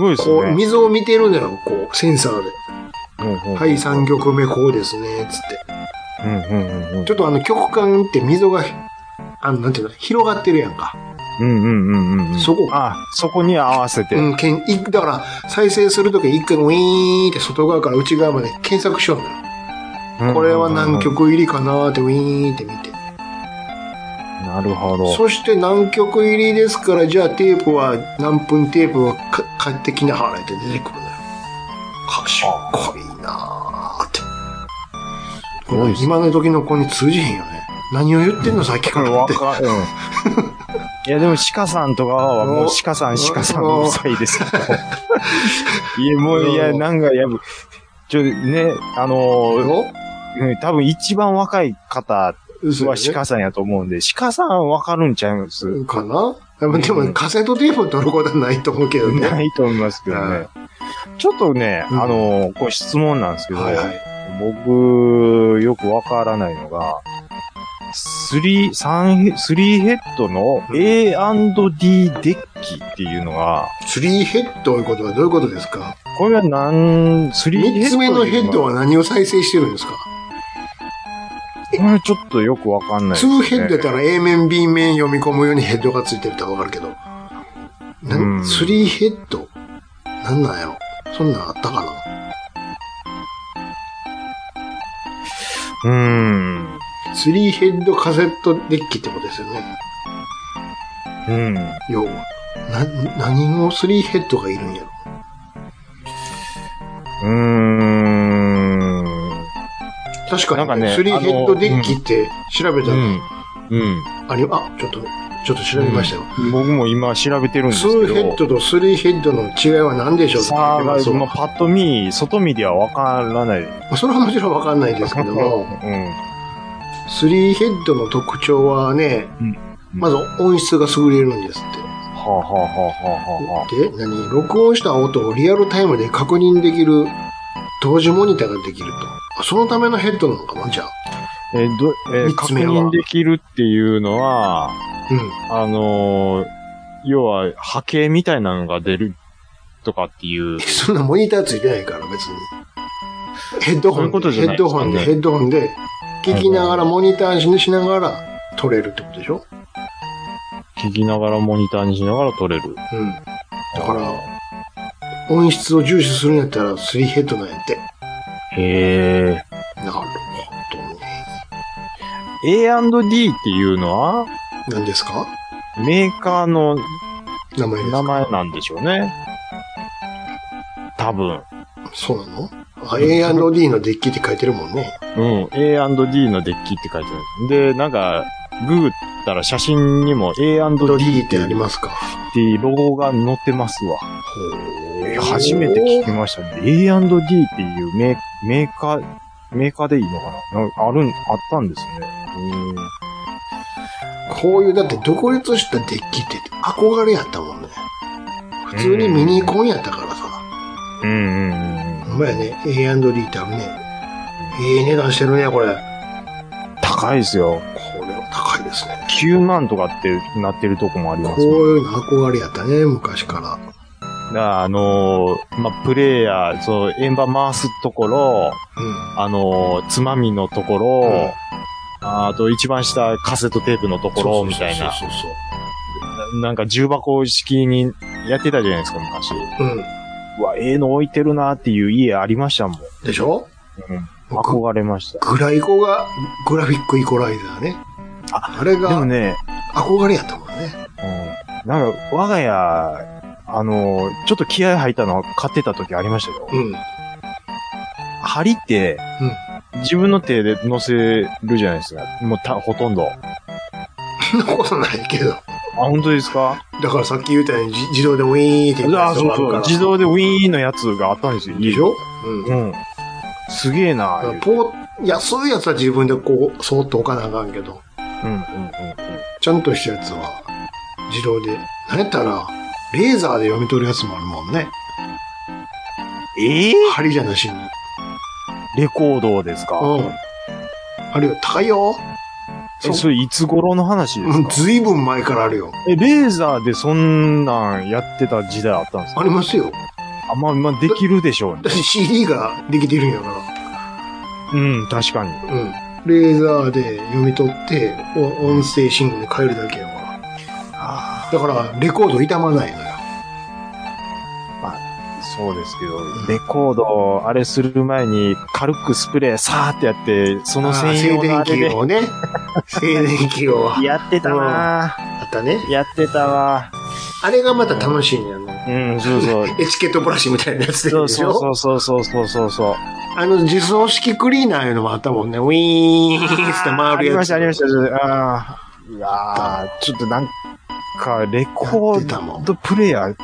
ごいです
こう、
ね。
溝を見てるのよ、こう、センサーで。はい、3曲目こうですね、つって。
うんうんうんうん。
ちょっとあの曲間って溝が、あの、なんていうの、広がってるやんか。
うんうんうんうんうん。
そこ
あ、そこに合わせて。
うん、けん、いだから、再生するとき一回ウィーンって外側から内側まで検索しようのよ。これは何曲入りかなーってウィーンって見て。
なるほど。
そして何曲入りですから、じゃあテープは、何分テープをか買ってきなはれって出てくるのよ。かっこいいなーって。
ごいですね
今の時の子に通じへんよね。何を言ってんの、さっき
こ
か
れ
らっ
わ
て。
か、うん。いや、でも、鹿さんとかは、もう
お、
鹿さん、鹿さん
お
うるさいですけど。 いや、もう、いや、なんか、やぶ、ちょ、ね、あのー、
よ
うん多分一番若い方
嘘
は
よね
鹿さんやと思うんで、鹿さんわかるんちゃいます
かなでも、で
う
も
ん
カセットテープを取ることはないと思うけどね。
ないと思いますけどね。ちょっとね、
うん
あの、こう質問なんですけど、
はいはい。
僕、よくわからないのが、スリー、三ヘスリーヘッドの A&D デッキっていうのが、
スリーヘッドということはどういうことですか
これはなん、スリーヘッド
三つ目のヘッドは何を再生してるんですか
これちょっとよくわかんないです
2
ね。
ヘッドやったら A 面 B 面読み込むようにヘッドがついてるってわかるけど。な、
うんん
3ヘッドなんなんやろそんなんあったかな
うーん。
?3 ヘッドカセットデッキってことですよね。
うん。
要は。な、何の3ヘッドがいるんやろ
う
確か
なんか
に、ね、
ね
3ヘッドデッキって調
ーん。
べ
う
たら、
ん。うん。
あれ、あ、ちょっと、ちょっと調べましたよ。
僕も今調べてるんですけど。
2ヘッドと3ヘッドの違いは何でしょうって
さ
聞
あ、
いてます
ま
わ
あ、パッと見、外見ではわからないで
それはもちろんわかんないですけど も、
う
3ヘッドの特徴はね、
うん
まず音質が優れるんですって。
ん。はあ、はあはあはあはあ、
で、何録音した音をリアルタイムで確認できる、同時モニターができると。あそのためのヘッドなのかなじゃあ。
えーどえー
三つ
確
目は
認できるっていうのは、
うん。
あのー要は波形みたいなのが出るとかっていう。
そんなモニターついてないから、別に。ヘッドホ
そうい
ン
うこと
で、
じ
ヘ
ゃな
ッ
いで
ド
す
ホ
か
ン
ね
で、ヘッドホンで、聞きながら、モニターにしながら、撮れるってことでしょ
聞きながらモニターにしながら撮れる。
うん。だから、音質を重視するんやったら、3ヘッドなんやって。
へえ。
なるほどね。
A&D っていうのは、
何ですか
メーカーの
名前ですか
名前なんでしょうね。多分。
そうなのあ ?A&D のデッキって書いてるもんね。
うん。A&D のデッキって書いてある。で、なんか、ググったら写真にも A&D
A&D
っ
ってて
あ
あ
り
り
ま
ますか
っていうロゴが載ってますわ。
ほ
初めて聞きましたね。A&D っていうメメーカー、メーカーでいいのかななんかあるん、あったんですね。
こういう、だって独立したデッキって憧れやったもんね。普通にミニコンやったからさ。
うん。うんうんうん。
ほんまやね、A&D ってあるね。いい値段してるね、これ。こ
高いですよ。
れは高いですね。
9万とかってなってるとこもあり
こ
ま
う
すもん。
いうの憧れやったね、昔から。
だからあのーまあ、プレイヤー、そう、円盤回すところ、
うん。
あのーつまみのところ、
うん
あと一番下カセットテープのところ、みたいな。
そうそうそう
ななんか重箱式にやってたじゃないですか、昔。
そう。う
うわ、ええの置いてるなっていう家ありましたもん。
ん。でしょ僕、
憧れました。
グライコが、グラフィックイコライザーね。あれ
でも
が
ね、
憧れやったもんね。
うん、なんか、我が家、あの、ちょっと気合入ったの買ってた時ありましたよ。
うん。
針って、自分の手で乗せるじゃないですか。もうた、ほとんど。あ、
そんなことないけど。
本当ですか
だからさっき言ったようにじ自動でウィーンって言ったや
あ、
つが
そう
ある
そ
か
う。
ら。
自動でウィーンのやつがあったんですよ。
でしょうん。だ
うん。すげえな
か
言
ら
うて
ポー、安いやつは自分でこう、そーっと置かなあかんけど、
うんうんうんうん。
ちゃんとしたやつは自動で。なんやったら、レーザーで読み取るやつもあるもんね。
ええ
針じゃなしに。
レコードですか
うん。あるよ。高いよ。
え、それいつ頃の話です
うん
か
ずいぶん前からあるよ。
え、レーザーでそんなんやってた時代あったんですか
ありますよ。
あ、まあ、まあ、できるでしょうね
だっ。て CD ができてるんやか
うん、確かに。
ら。うん。レーザーで読み取って、お音声信号に変えるだけやから。
あ
だから、レコード傷まないのよ。
あ、そうですけど、レコード、あれする前に、軽くスプレー、さーってやって、その
あー
専
静
用の
電
あれ
気
で。
をね。静電気を。
やってたな
あったね
ー。やってたわー
あれがまた楽しいんやな。
うん、そうそう。
エチケットブラシみたいなやつでし
そ
ょ
うそうそうそうそうそうそう。
あの、自走式クリーナーいうのもあったもんね。ウィーンって
あ
回る
り
や
ま
つ。
した、ありました。ああー。うわーちょっとなんか、レコ
やってたも
ー
ん
ドプレイヤー、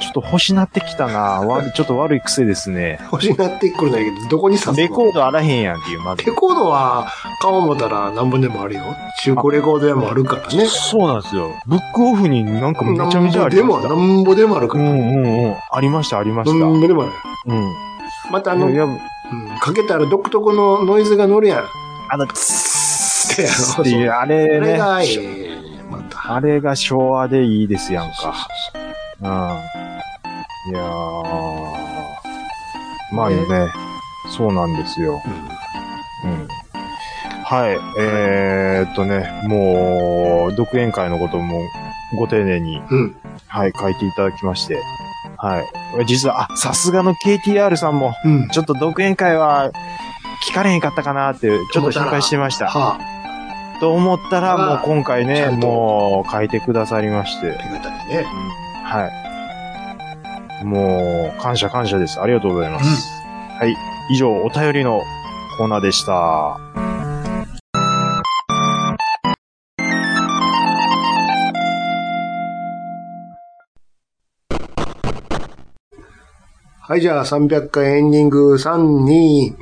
ちょっと欲しなってきたなわちょっと悪い癖ですね。
欲しなってくるんだけど、どこに刺す
レ
の
コードあらへんやんっていう、まず
レ。コードは、買おう思ったら何本でもあるよ。中古レコード屋もあるからね。
そうなんですよ。ブックオフになんかめちゃめちゃあ
ぼ
り
で
ま
も、
した。
なんぼでもある
う
から。
んうんうん。ありました、ありました。
な
うん
ぼでもある。
ん。
またあ
あの、
の、う
い
ん
や、
かけたら独特のノイズが乗るやん。
あの、つ
って
ーっていう、あれ
あれ
ね。
が、ええまた。
あれが昭和でいいですやん
そ
か。
うそうそう
うん。いやー。まあね、そうなんですよ。
うん
うん。はい。えー、っとね、もう、独演会のこともご丁寧に、
うん。
はい、書いていただきまして。はい。実は、あ、さすがの KTR さんも、
うん。
ちょっと独演会は、聞かれへんかったかなって、ちょっと心配してました。
はあ、
と思ったら、もう今回
ち
ね、
ゃんと
もう書いてくださりまして
あ、りがたいね。
はい。もう、感謝感謝です。ありがとうございます。はい。以上、お便りのコーナーでした。
はい、じゃあ300回エンディング3、2、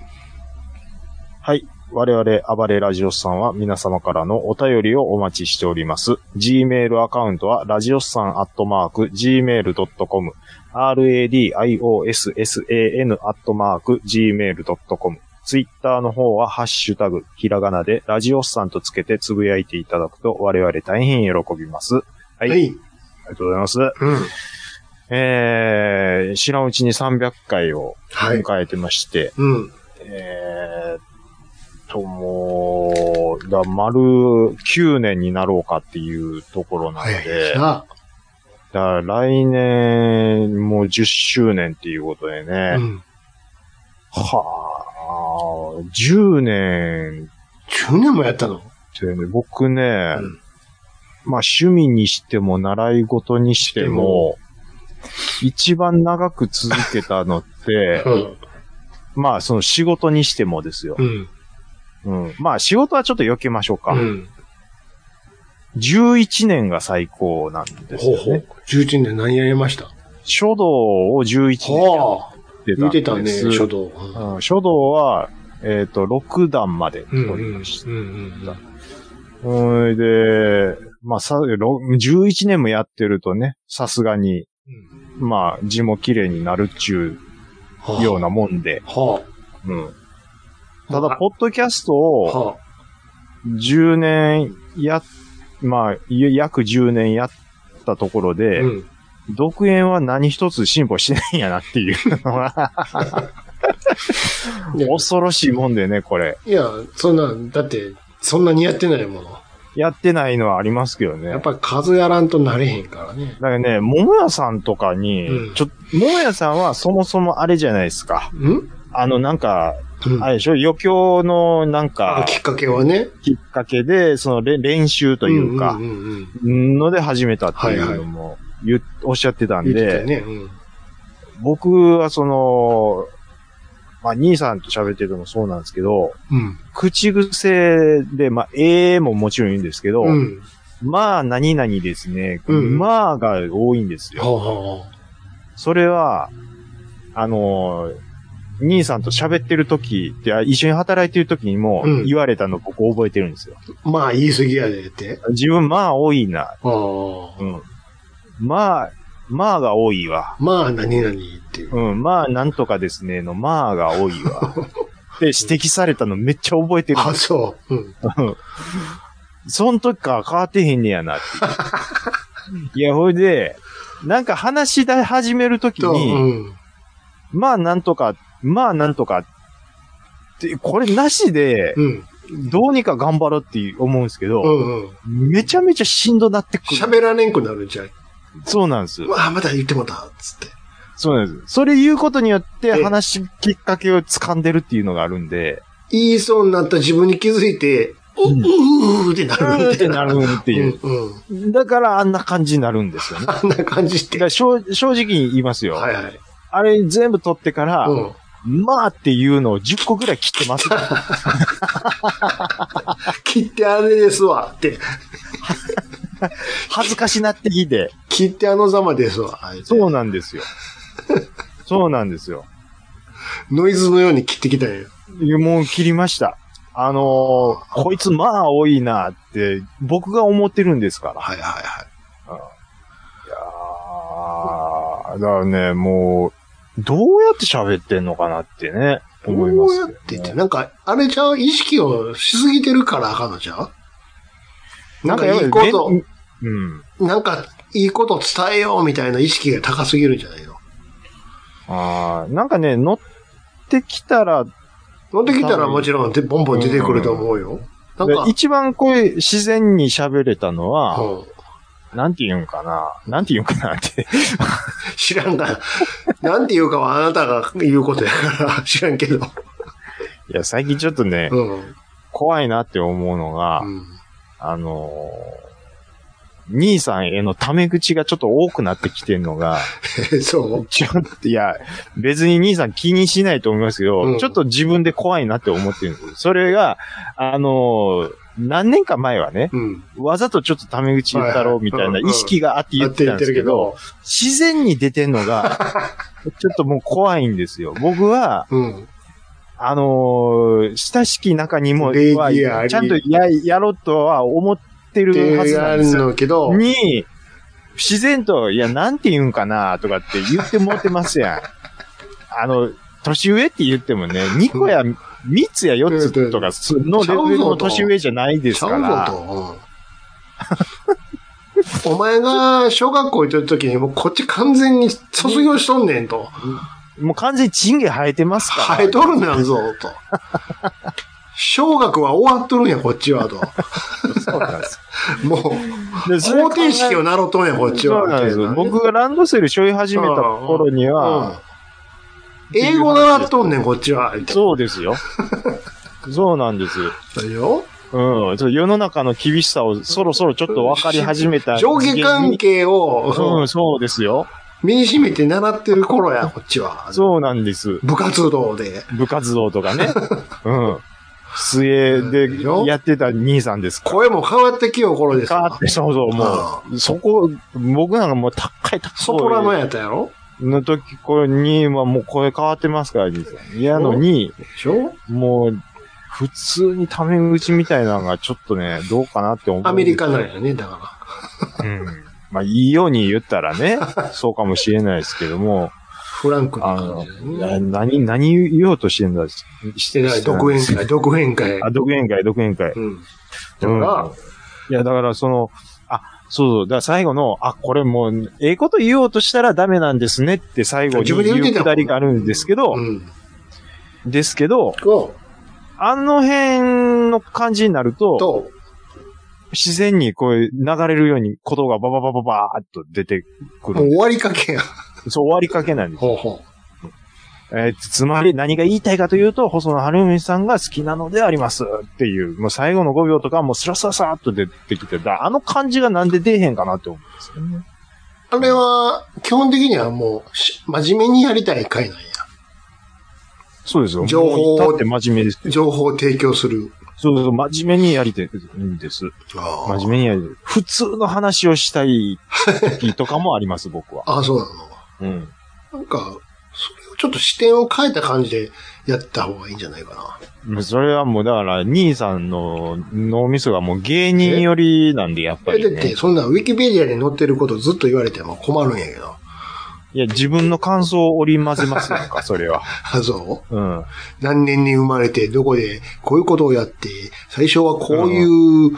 はい。我々、暴れラジオスさんは皆様からのお便りをお待ちしております。Gmail アカウントは、ラジオスさんアットマーク、gmail.com、radiossan アットマーク、gmail.com。ツイッターの方は、ハッシュタグ、ひらがなで、ラジオスさんとつけてつぶやいていただくと、我々大変喜びます。はい。あ
は
り
い。
がとうございます。
うん。
えー、知らんうちに300回を
はい。
迎えてまして、
うん。
えーっと、もう、だ丸9年になろうかっていうところなの
早い
で、
です
だか
な。
ら来年もう10周年っていうことでね、
うん。
はあ、10年
10年もやったの
ってね、僕ね、
ん
まあ趣味にしても習い事にしても、一番長く続けたのって
う、ん。
まあその仕事にしてもですよ
う。ん。
うん、まあ仕事はちょっと避けましょうか。
うん。
11年が最高なんですよ、
ほう
ね。
ほう。11年何やりました
書道を11年や
はあ。言
っ
う
て
てた
たん
ね、
です。
書道。
うん書道は、えっ、と、6段まで
うん。う
取り
ん
まし。た。
うん。
ほいで、まあさ、ろ11年もやってるとね、さすがに、まあ、字も綺麗になるっちゅうようなもんで、
は
うん。
あ。
ただ、
は
ポッドキャスト
あ、
を
は
10年や、まあ、約10年やったところ
あ。
で、
うん。
独演は何一つ進歩してないんやなっていうのは、
いや
恐ろしいもんでね、これ。
いや、そんな、だって、そんなにやってないもの。
やってないのはありますけどね。
や
だ
っ
か
ぱり数やらんとなれへんからね。
らね、桃屋さんとかに、
うん
ちょ、桃屋さんはそもそもあれじゃないですか。
ん
あの、なんか、
うん
あれでしょ、余興のなん
あ
か、
きっかけはね。
きっかけで、そのれ練習というか
ん、んうんうん
ので始めたっていうのも、言っおっしゃってたん
言ってた
で
よ、ね。うん。
僕はその、まあ、兄さんと喋っててもそうなんですけど、
うん。
口癖で、まあ、ええももちろんいいんですけど、
うん。
まあ、何々ですね。
うん
まあが多いんです
はあ
よ。
は
それは、あのー兄さんと喋ってる時って、あ一緒に働いてる時にも
うん
言われたの僕覚えてるんですよ。
あ。まあ、言い過ぎやでって。
自分まあ多いな。
ああ。
うん。まあ、まあが多いわ。
まあ、何々っていう。
うん、まあなんとかですねのまあが多い わ。で、指摘されたのめっちゃ覚えてる。
あ、そう。うん。
そん時から変わってへんねや なっていう。いや、ほいで、なんか話し始めるとき
と、う
に、
ん。
まあなんとか、まあなんとかって、これなしで、
うん。
どうにか頑張ろうって思うんですけ
う
ど、
んうん。
めちゃめちゃしんどなってくる。
喋らねんくなるじゃん。
そうなんです。
わあ、また言ってもうた、つって。
そうなんです。それ言うことによって
ええ
話きっかけを掴んでるっていうのがあるんで、
言いそうになった自分に気づいて、う
うん
うーってな
う
る
ー
み
ったて
い
な
な。
るっていう。
うんうん。
だからあんな感じになるんですよね。だ
あんな感じして。
か
は
ら正正直に言いますよ。
いはい。
あれ全部取ってから、
うん。
まあっていうのを10個ぐらい切って ますから。
切ってあれですわって。
恥ずかしなってきて。
切ってあのざまですわ。
そうなんですよ。そうなんですよ。
ノイズのように切ってきたんよ。
もう切りました。あのーこいつまあ多いなって、僕が思ってるんですから。
はいはいはい。
ああ、だからね、もう、どうやって喋ってんのかなってね、思います
こう
け
や
どね、
ってて、なんか、あれちゃう意識をしすぎてるからあかんのちゃうなんかいいこ
やっぱり
と、
ねうん。
なんかいいこと伝えようみたいな意識が高すぎるんじゃないの
ああ、なんかね、乗ってきたら、
乗ってきたらもちろんでボンボン出てくると思うよ。なん
で
か、
一番こういう自然に喋れたのは、
うん
なんて言うんかななんて言うんかなって。
知らんが、なんて言うかはあなたが言うことやから、知らん けど。
いや、最近ちょっとね、
うん。
怖いなって思うのが、
うん
あのー兄さんへのタメ口がちょっと多くなってきてるの が、
えそう。
ちょっと、いや、別に兄さん気にしないと思いますけど、
うん
ちょっと自分で怖いなって思ってるんですそれが、あのー何年か前はね、
うん。
わざとちょっとタメ口言ったろうみたいな意識があって言ってたんですけど、、自然に出てんの が、ちょっともう怖いんですよ。僕は、
うん。
あのー親しき中にも、
礼儀あり
はちゃんとや、やろうとは思って
って
るはずな
や
んで
る
すよ。
のけど、
に、自然と、いや、なんて言うんかな、とかって言ってもうてますやん。 あの、年上って言ってもね、2個や、3つや4つとか、そのレベルの年上じゃないですか
ちゃう
ら。
ぞと。うん、お前が小学校行ってる時に、もうこっち完全に卒業しとんねんと。
もう完全にチンゲ生えてますから。
生えとるなんぞ、と。小学は終わっとるんや、こっちは、と。
そうなんです。
もう、
でそれ
方程式を習っとんや、こっちは。
そうなんです
みた
よ。
いなね
僕がランドセル背負い始めた頃には、
うん英語習っとんねん、こっちは。みたい
そうですよ。そうなんです。
なよ。
うん。そう世の中の厳しさをそろそろちょっと分かり始めた。
上下関係を、
う
うん
ん、そうですよ。
身に染めて習ってる頃や、こっちは。
そうなんです。
部活動で。
部活動と かね。うん。水泳
うん
で
よ
やってた兄さんですか
声も変わってきよう頃です
ら。
わ
かって、そうそう、もう、そこ、僕なんかもう高い高い。
ソプラノやったやろ
の時、これにはもう声変わってますから、兄さん。やのに、
でしょ
もう、普通にタメ口みたいなのがちょっとね、どうかなって思う。
アメリカなんやね、だか
うん。まあ、いいように言ったら ね、そうかもしれないですけども、
ら。フランクな
あ
感
の
じだ、
な
ね。
何、何言おうとしてんだし
してない、 独演会、独演会。
あ、独演会、独演会。
うん。だから、
いや、だからその、あ、そうそう、だから最後の、あ、これもう、ええこと言おうとしたらダメなんですねって最後に
自分で言
言
って
う
た
く
も
だ
ん
りがあるんですけど、
うん。
ですけど、
こ
あの辺の感じになる
う、
と、
と、
自然にこう流れるように言葉がバババババーっと出てく
もう
る。
終わりかけや。
そう、終わりかけなんです。
ほうほ
えーつまり何が言いたいかというと、細野晴臣さんが好きなのでありますっていう、もう最後の5秒とかもうスラスラスラっと出てきて、だからあの感じがなんで出えへんかなって思うんですよね。
う。あれは、基本的にはもうし、真面目にやりたい会なんや。
そうですよ。
情報を
だって真面目ですよ。
情報を提供する。
そうそう、真面目にやりてるんです。
あ
真面目にやりてる。普通の話をしたい時とかもあります、僕は。
あ、そうなの。
うん。
なんか、それをちょっと視点を変えた感じでやった方がいいんじゃないかな。
それはもう、だから、兄さんの脳みそがもう芸人寄りなんで、やっぱ
え、だ
り、
って、
ね。
そんなウィキペディアに載ってることずっと言われても困るんやけど。
いや、自分の感想を織り交ぜますなんか、それは。
あ、そう
うん。
何年に生まれて、どこで、こういうことをやって、最初はこういう、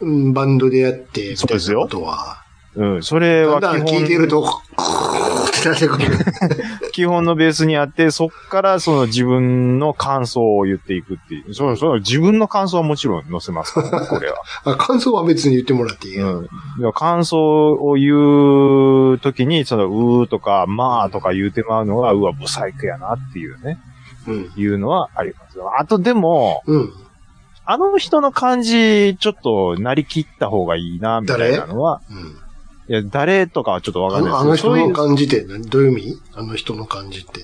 うんバンドでやって、み
そう
たい
です
な
よ
ことは。
うん。それ
だ
は
んだん
基
聞いてる
本、
と、クーってなって くる。
基本のベースにあって、そっからその自分の感想を言っていくっていう。そうそう、自分の感想はもちろん載せますから ね、これは。
あ感想は別に言ってもらっていいや、
うん。感想を言うときに、その、うーとか、まあとか言うてまうのが、うわ、ブサイクやなっていうね、
うん。
いうのはあります。あとでも、
うん。
あの人の感じ、ちょっと、なりきった方がいいな、みたいなのは、
うん。
いや、誰とかはちょっとわか
あ
んない
の
ですけ
あ
ど、そ
の人
うい
の
う
感じって何どういう意味あの人の感じって。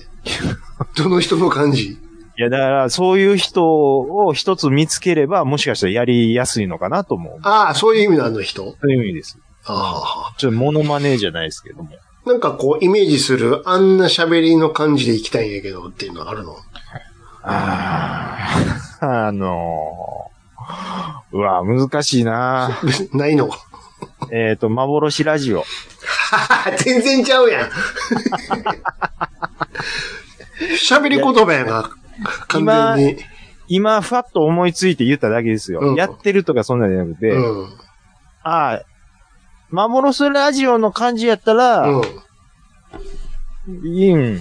どの人の感じ
いや、だから、そういう人を一つ見つければ、もしかしたらやりやすいのかなと思う。
ああ、そういう意味のあの人
そういう意味です。
ああ。
ちょっと、モノマネじゃないですけども。
なんかこう、イメージする、あんな喋りの感じで行きたいんやけどっていうのはあるの
あ あ、あのー、うわ、難しいな
ないの
えっ、と、幻ラジオ。
全然ちゃう やん。喋り言葉やな。完全に。
今、ふわっと思いついて言っただけですよ。
うん
やってるとかそんなんじゃなくて、
うん。うん。
ああ、幻ラジオの感じやったら、いいん。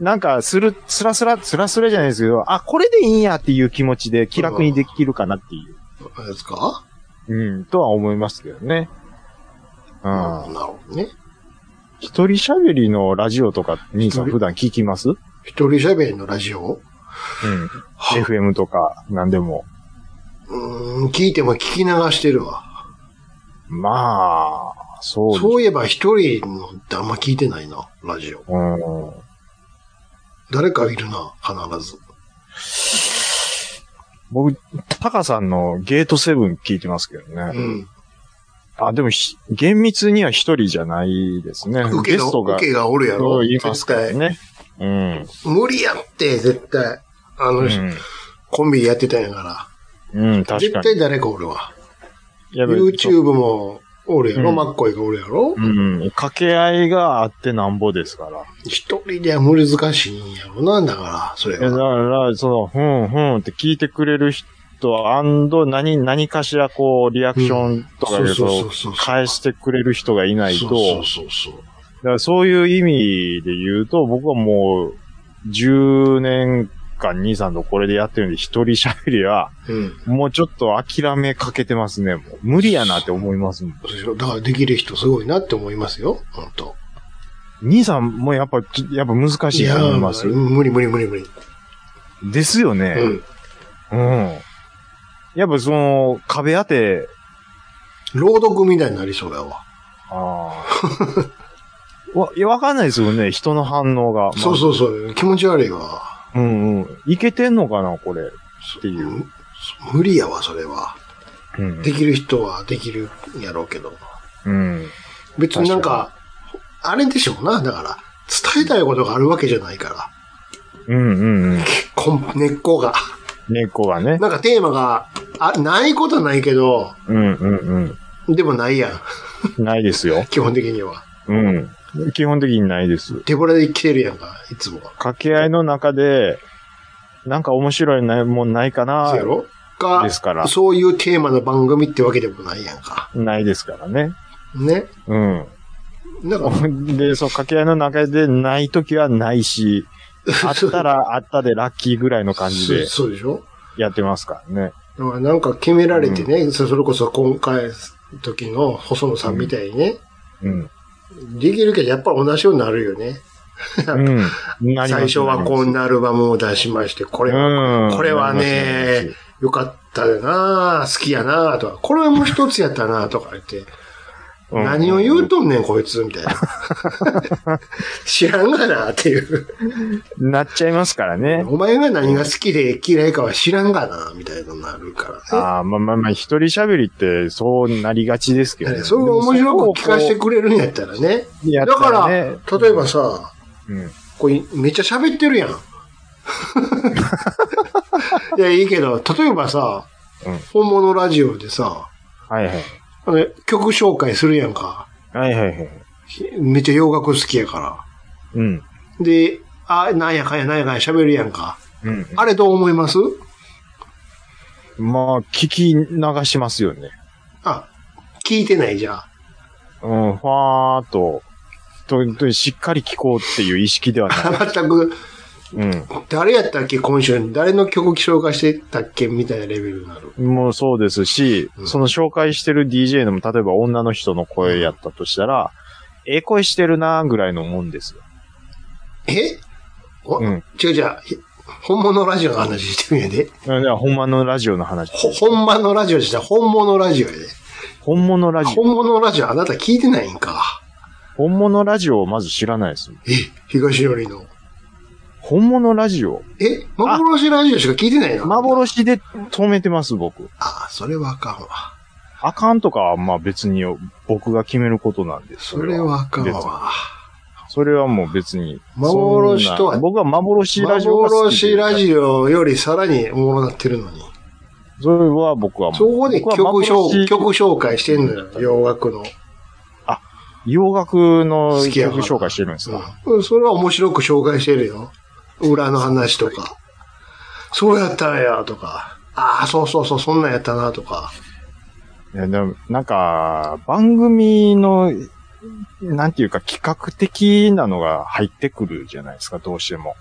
なんか、する、スラスラ、スラスラじゃないですけど、あ、これでいいんやっていう気持ちで気楽にできるかなっていう、
あれですか
うん、とは思いますけどね。う
なる
ん。
ほどね。
一人喋りのラジオとか、兄さん
一人
普段聞きますうん。
一人喋りのラジオ
FM とか、なんでも。
うーん、聞いても聞き流してるわ。
まあ、そうでしょ
そういえば一人のってあんま聞いてないな、ラジオ。
うん。
誰かいるな、必ず。
僕、タカさんのゲートセブン聞いてますけどね。
うん。
あ、でもひ、厳密には一人じゃないですね。
受け
ゲ
の
スト、が
受けがおるやろ。
そう言います
絶
から
対。
ね。うん。
無理やって、絶対。あの、コンビでやってたんやか
うん、うん、
ら。
確
絶
かに。
対誰かおるわ。
やべ
YouTube もおるやろ、
うん
マッコイがおるやろ。
うん、掛け合いがあってなんぼですから。
一人では無理難しいんやろな、だから、それ
いやだ
が。
から、その、ふんふんって聞いてくれる人、何、何かしらこう、リアクションとかで、
そうそ
そう
そう
う
そう
返してくれる人がいない
そ
と、
うそうそうそう。
だからそういう意味で言うと、僕はもう、10年間兄さんとこれでやってるんで、一人喋りは、
うん。
もうちょっと諦めかけてますね。もう無理やなって思いますもん。
そうでしょだからできる人すごいなって思いますよ、本当
兄さんもやっぱ、ちょやっぱ難しいと思います
いや。無理無理無理無理。
ですよね。
うん。
うん。やっぱその、壁当て、
朗読みたいになりそうやわ。
あ あ。わ、いや、わかんないですよね。人の反応が。まあ
そうそうそう、気持ち悪いわ。
うんうん。いけてんのかな、これ。
って
いう。
無理やわ、それは。
うん
で。きる人はできるんやろうけど。
うん。
別になんか、あれでしょうな。だから、伝えたいことがあるわけじゃないか
う
ら。
んうんうん。
根根っこが。
猫がね。
なんかテーマが、あ、ないことはないけど、
うんうん
でもないやん。
うん。ないですよ。
基本的には。
うん。基本的にないです。
手ぶらで来てるやんか、いつも。
掛け合いの中で、なんか面白いなもんないか
そうや
な、
ろか
ですから
そういうテーマの番組ってわけでもないやんか。
ないですからね。
ね。
うん。
だから、
で、そう、掛け合いの中でないときはない し、あったらあったでラッキーぐらいの感じで
そうそうでしょ
やってますからね。
だからなんか決められてね、そそれこそ今回時の細野さんみたいにね、
うん。
できるけどやっぱ同じようになるよね。
うん。なります
最初はこん。なアルバムを出しまして、これは、
うん。
これは
なり
ね
ます、
よかったよな好きやなとか、これはもう一つやったなとか言って、
うん
何を言うとんねん、こいつ、みたいな。 知らんがなっていう。
なっちゃいますからね。
お前が何が好きで嫌いかは知らんがなみたいなのになるからね。
ああ、まあまあまあ、一人喋りってそうなりがちですけどね。
それが面白く聞かせてくれるんやったらね。
やった
だからら、
ね
例えばさ、
うん。
これめっちゃ喋っ てるやん。いや、いいけど、例えばさ、
うん
本物ラジオでさ、
はいはい。
あの曲紹介するやんか。
はいはいはい。
めっちゃ洋楽好きやか
うん。
ら。で、あ、なんやかんやなんやかんや喋るやんか。
うん。
あれどう思います
まあ、聞き流しますよね。
あ、聞いてないじゃん。
うん、ファーっと、と、と、しっかり聞こうっていう意識ではない。
全く、
う
誰やったっけ今週誰の曲紹介してたっけみたいなレベルになる。
ん。もうそうですし、
うん
その紹介してる DJ のも、例えば女の人の声やったとしたら、ええ声してるなぐらいのもんですよ。
えお、
うん
違う違う。ひ本物ラジオの話してるんやで。
だから、ほんまのラジオの話。
ほ、本場のラジオじゃない本物ラジオやで。
本物ラジオ。
本物ラジオあなた聞いてないんか。
本物ラジオをまず知らないですもん。
え、東寄りの。
本物ラジオ。
え、幻ラジオしか聞いてないの
幻で止めてます、僕。
ああ、それはあかんわ。
あかんとかは、まあ別に僕が決めることなんです。
それはあかん
別に
わ。
それはもう別に。
幻とは
そんな僕は幻ラジオが好きで
幻ラジオよりさらにおもろなってるのに。
それは僕はもう。
そこで曲
僕は
紹
幻
曲紹介してんのよ、洋楽の。
洋楽の
好きやか
曲
ら
紹介してるんですか
うん、それは面白く紹介してるよ。裏の話とか。そうやったんや、とか。ああ、そうそうそう、そんなんやったな、とか。
いやでもなんか、番組のなんていうか企画的なのが入ってくるじゃないですか、どうしても。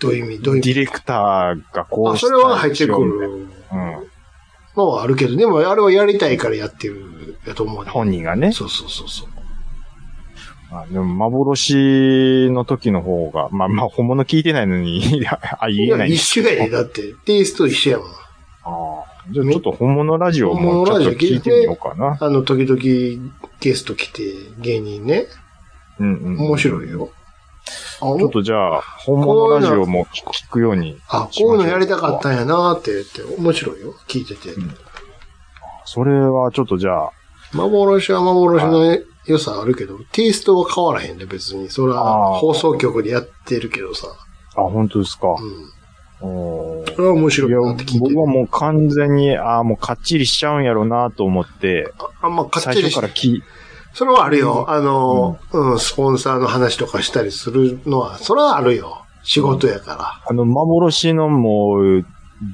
どういう意味どういう
デ
意味
ィレクターがこう
あ、
した
そ
い
れは入っ
で
てく
すよ
る
ね。
のはあるけど、でもあれはやりたいからやってるやと思う
うん。
ね。
本人がね。
そうそうそうそう。
まあ、でも幻の時の方が、まあまあ本物聞いてないのに、い やあ、
い
言えな
や、
いん
一
です
緒やで、だって。テイスト一緒やもん。
あーじゃあちょっと本物ラジオもちょっと聞いてみようかな。
あの、時々ゲスト来て、芸人ね。
うんうん。
面白いよ。あ、
ちょっとじゃあ、本物ラジオも聞聞くように。
あ、こういうのやりたかったんやなーって言って、面白いよ。聞いてて。
んそれはちょっとじゃあ、
幻は幻の良さあるけど、テイストは変わらへんで、別に。それは
あー
放送局でやってるけどさ。
あ、本当ですか。
うん。
おー
それは面
い
白い
や
なって聞いて
僕
る
は。もう完全に、ああ、もうかっちりしちゃうんやろうなと思って、
あんまかっ
最
ちり
初
し
から聞い、
それはあるよ。あの、うん、スポンサーの話とかしたりするのは、それはあるよ。仕事やか
あの、幻のもう、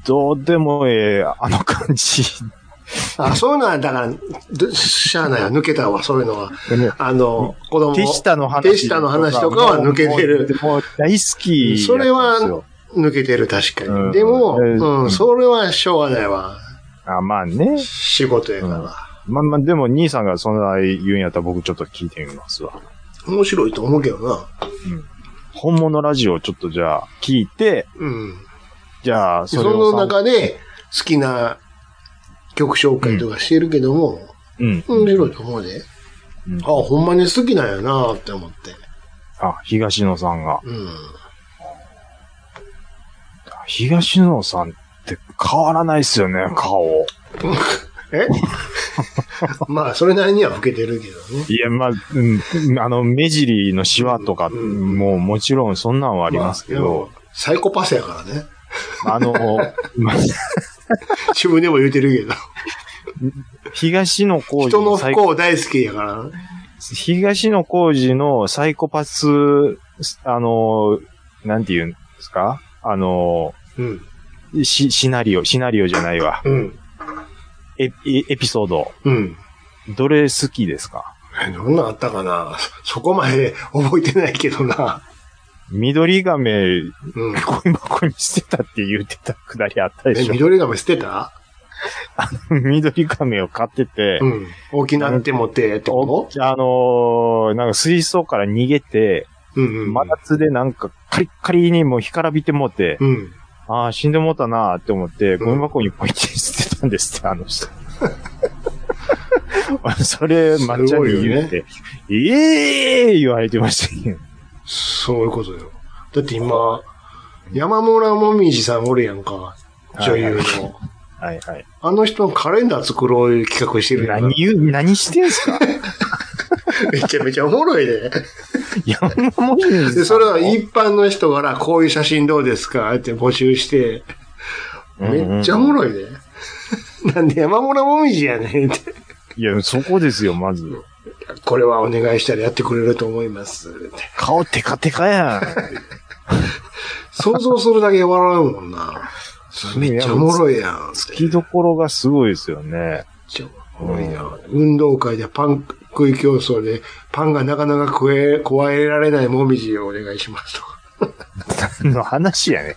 どうでもええ、あの感じ。
ら。あ、そういうのは、だからど、しゃあないわ。抜けたわ、そういうのは。あの、子供。
手下の話。
手下の話とかは抜けてる。
もうもう大好きやったんですよ。
それは抜けてる、確かに。
うん
でも、
え
う、
うんん
それはしょうがないわ。
あまあね。
仕事やか
まあまあ、でも兄さんがそんな言うんやったら僕ちょっと聞いてみますわ。
ら。面白いと思うけどな。
本物ラジオちょっとじゃあ聞いて、
うん。
じゃあ
そ
それを
の
参考
中で、好きな曲紹介とかしてるけども、
うん。
面白いと思うで。
うん
あ、ほんまに好きなんやなって思って。
あ、東野さんが。
うん。
東野さんって変わらないっすよね、顔。
えまあ、それなりには老けてるけどね。
いや、まあ、うん、あの、目尻のシワとか、
うん
もうもちろんそんなんはありますけ
まあ
ど、。
でもサイコパスやからね。
あ、の、まあ
自分でも言うてるけど。
東野浩
人
二
の
の
不
サイ、
幸大好きやからね。
東野浩二のサイコパス、あの、なんて言うんですかあの、
うん。
シシナリオ、シナリオじゃないわ。
うん。
エピエピソード。
うん。
どれ好きですか
えどんなんあったかな そそこまで覚えてないけどな。
緑亀、
うん。
恋箱に捨てたって言ってたくだりあったで
え、
しょ
緑亀捨てた
緑亀を買ってて、
うん。大きなって持ってってこ
あのーなんか水槽から逃げて、
とうんうん。
真夏でなんかカリッカリにもう干からびてもって、
うん。
ああ、死んでもうたなーって思って、
うん
ゴミ箱にポイって捨てたんですって、あの 人。それ、抹茶に言って、ええー言われてましたけど。
そういうことよ。だって今、山村もみじさんおるやんか。女優の。
はいはい。
あの人のカレンダー作ろういう企画してるやんか
何。言う、何してんす か
めちゃめちゃおもろ いで。
山本さん
で、それは一般の人からこういう写真どうですかって募集して、めっちゃおもろいで。 なんで山村もみじやねんって。
いや、そこですよ、まず。
これはお願いしたらやってくれると思いますって。
顔テカテカや
想像するだけ笑うもんな。
ん。
めっちゃおもろいやん。
好きどころがすごいですよ ね。
めっちゃおもろいやん。運動会でパン食い競争で、パンがなかなか食え、加えられないもみじをお願いしますとか。
の話やね。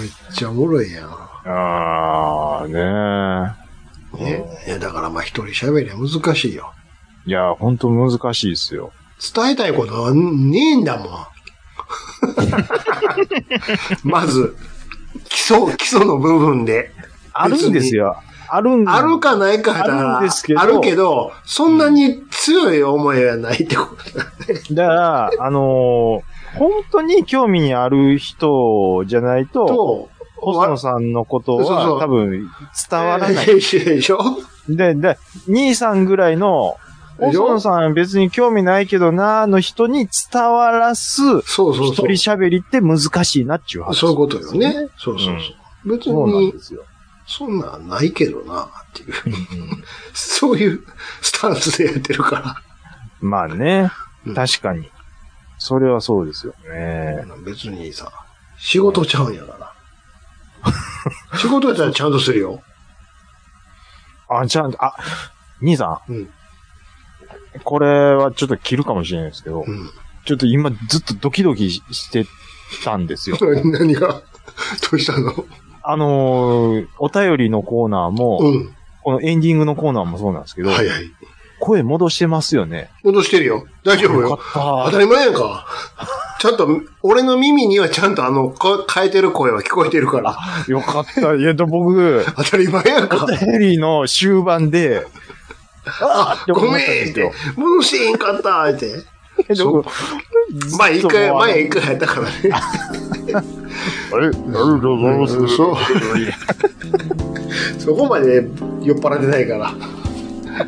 めっちゃおもろいやん。
あー、ね
ね。いや、だからまあ一人喋りは難しいよ。
え。いや、ほんと難しいですよ。
伝えたいことはねえんだ もん。まず、基礎、基礎の部分で。
あるんですよ。あるん
あるかないかだ
あるんですけど
あるけど、そんなに強い思いはないってことだ。
だから、あのー本当に興味ある人じゃないと、
と、
細野さんのこと
そうそう
は多分伝わらない。
でしょでしょ
で、で、兄さんぐらいの、
で
お
しょ
そんさん別に興味ないけどなーの人に伝わらす、
そうそう
一
そ
人
う。
喋りって難しいなっていう話。
そういうことよね。。そうそうそう。別
そうなん
に
で、すよ。
そんなんないけどな、っていう。 そういうスタンスでやってるか
まあね
うん、
確かに。それはそうですよね。
ら。別にさ、仕事ちゃうん やから。仕事やったらちゃんとするよ。
あ、ちゃんと、あ、兄さん。
うん
これはちょっと切るかもしれないですけど、
うん
ちょっと今ずっとドキドキしてたんですよ。
何何が、どうしたの
あのーお便りのコーナーも、
うん。
このエンディングのコーナーもそうなんですけど、
はいはい。
声戻してますよね。
戻してるよ。大丈夫
よ
よ。
か
当
った
り前やんか。ちゃんと、俺の耳にはちゃんとあの、こ変えてる声は聞こえてるから。
た。よかった。いや、で僕、
当たり前やんか。
ヘリの終盤で、あー
ごめん
っ思
っ
った
て
んで。
戻してへんかったって。
すよ。
前一回、前一
回。
回やったからね。
あれありがとうございます。
そう。そこまで酔っ払ってないから。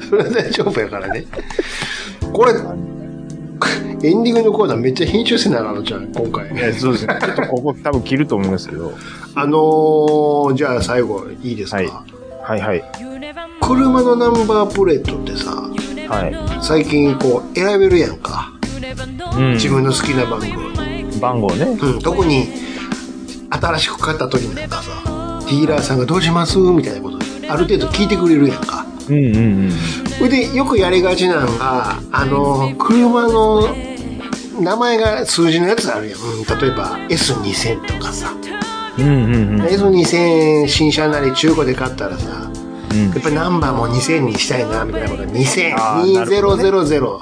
それは大丈夫やからね。これ、エンディングのコーナーめっちゃ編集せなあかんのじゃん、今回。
いやそうですね。ちょっとここ多分切ると思いますけど。
あのー、じゃあ最後、いいですか、
はいはいはい。
車のナンバープレートってさ、
は
最近こう、選べるやんか。
い。うん
自分の好きな番号。
番号ね。
うん、特に新しく買った時なんかさディーラーさんが「どうします?」みたいなことある程度聞いてくれるやんか
うんうんうん。
それでよくやりがちなのがあの車の名前が数字のやつあるやん、うん、例えば S2000 とかさ、
うんうんうん。
S2000 新車なり中古で買ったらさ
うん
やっぱりナンバーも2000にしたいなみたいなこと
あーなるほどね
20002000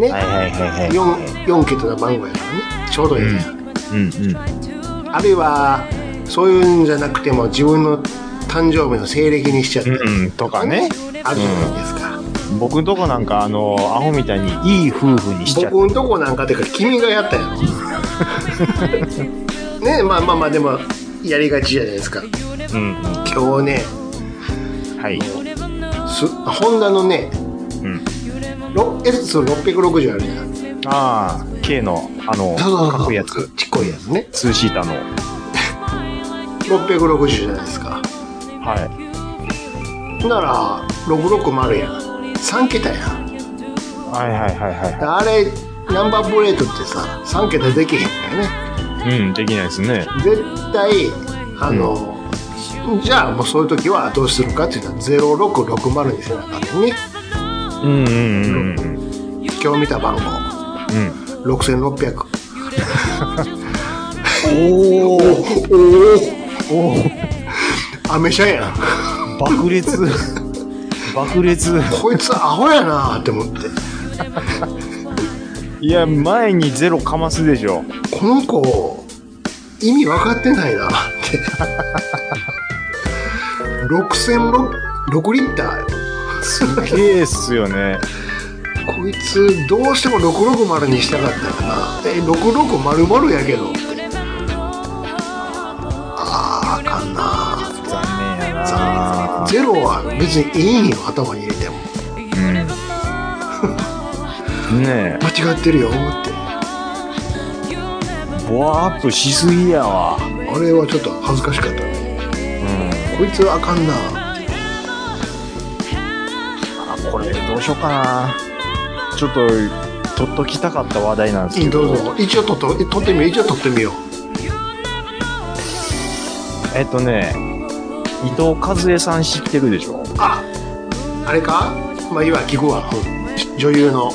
ね
はいはいはいはい。
4, 4桁の番号やからねちょうどいいやん
うんうん。
あるいはそういうんじゃなくても自分の誕生日の西暦にしちゃったり
うんうんとかね
あるじゃないですか、
僕んとこなんかあの、アホみたいにいい夫婦にしちゃって。
僕んとこなんかてか君がや ったやろねまあまあまあでもやりがちじゃないですか
うんう
今日ね
ん。はい。
すホンダのね
うん。
ろ S660 あるじゃんそう
ああ、K の、あの、
そう
かっ
そ
こ
う
いいやつ。
ちっこいやつね
ツーシーターの。
660じゃないですか
はい。
なら660やん3桁やん
はいはいはいは
あれナンバープレートってさ3桁できへんからね
い。うん、できないですね。
絶対あの、じゃあもうそういう時はどうするかっていうのは0660にせなあかんねんね
うんうんうんうん。
今日見た番号
うん。
6600
おおおお
アメ車やん
爆裂爆裂
こいつアホやなって思って
いや前にゼロかますでしょ
この子意味分かってないなって6006リッターよ
ケースよね
こいつどうしても660にしたかったかなえ6600やけどってあーあかんな
残念やな
ゼロは別にいいんよ頭に入れても
うんね
間違ってるよってあ
えボアアップしすぎやわ
れはちょっと恥ずかしかったねこいつはあかんな
あこれどうしようかなちょっと取っときたかった話題なんですけど
どうぞ一応撮っと撮ってみよう一応撮ってみよう
えっとね伊藤和恵さん知ってるでしょ
ああれかまあいいわ聞くわ、うん女優の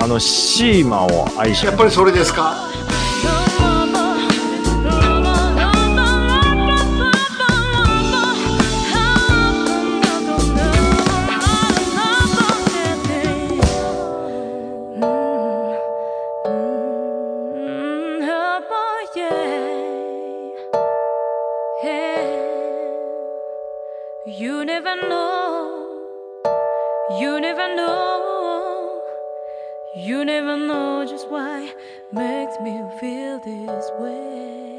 あのシーマを愛し
やっぱりそれですか
You never know just why makes me feel this way.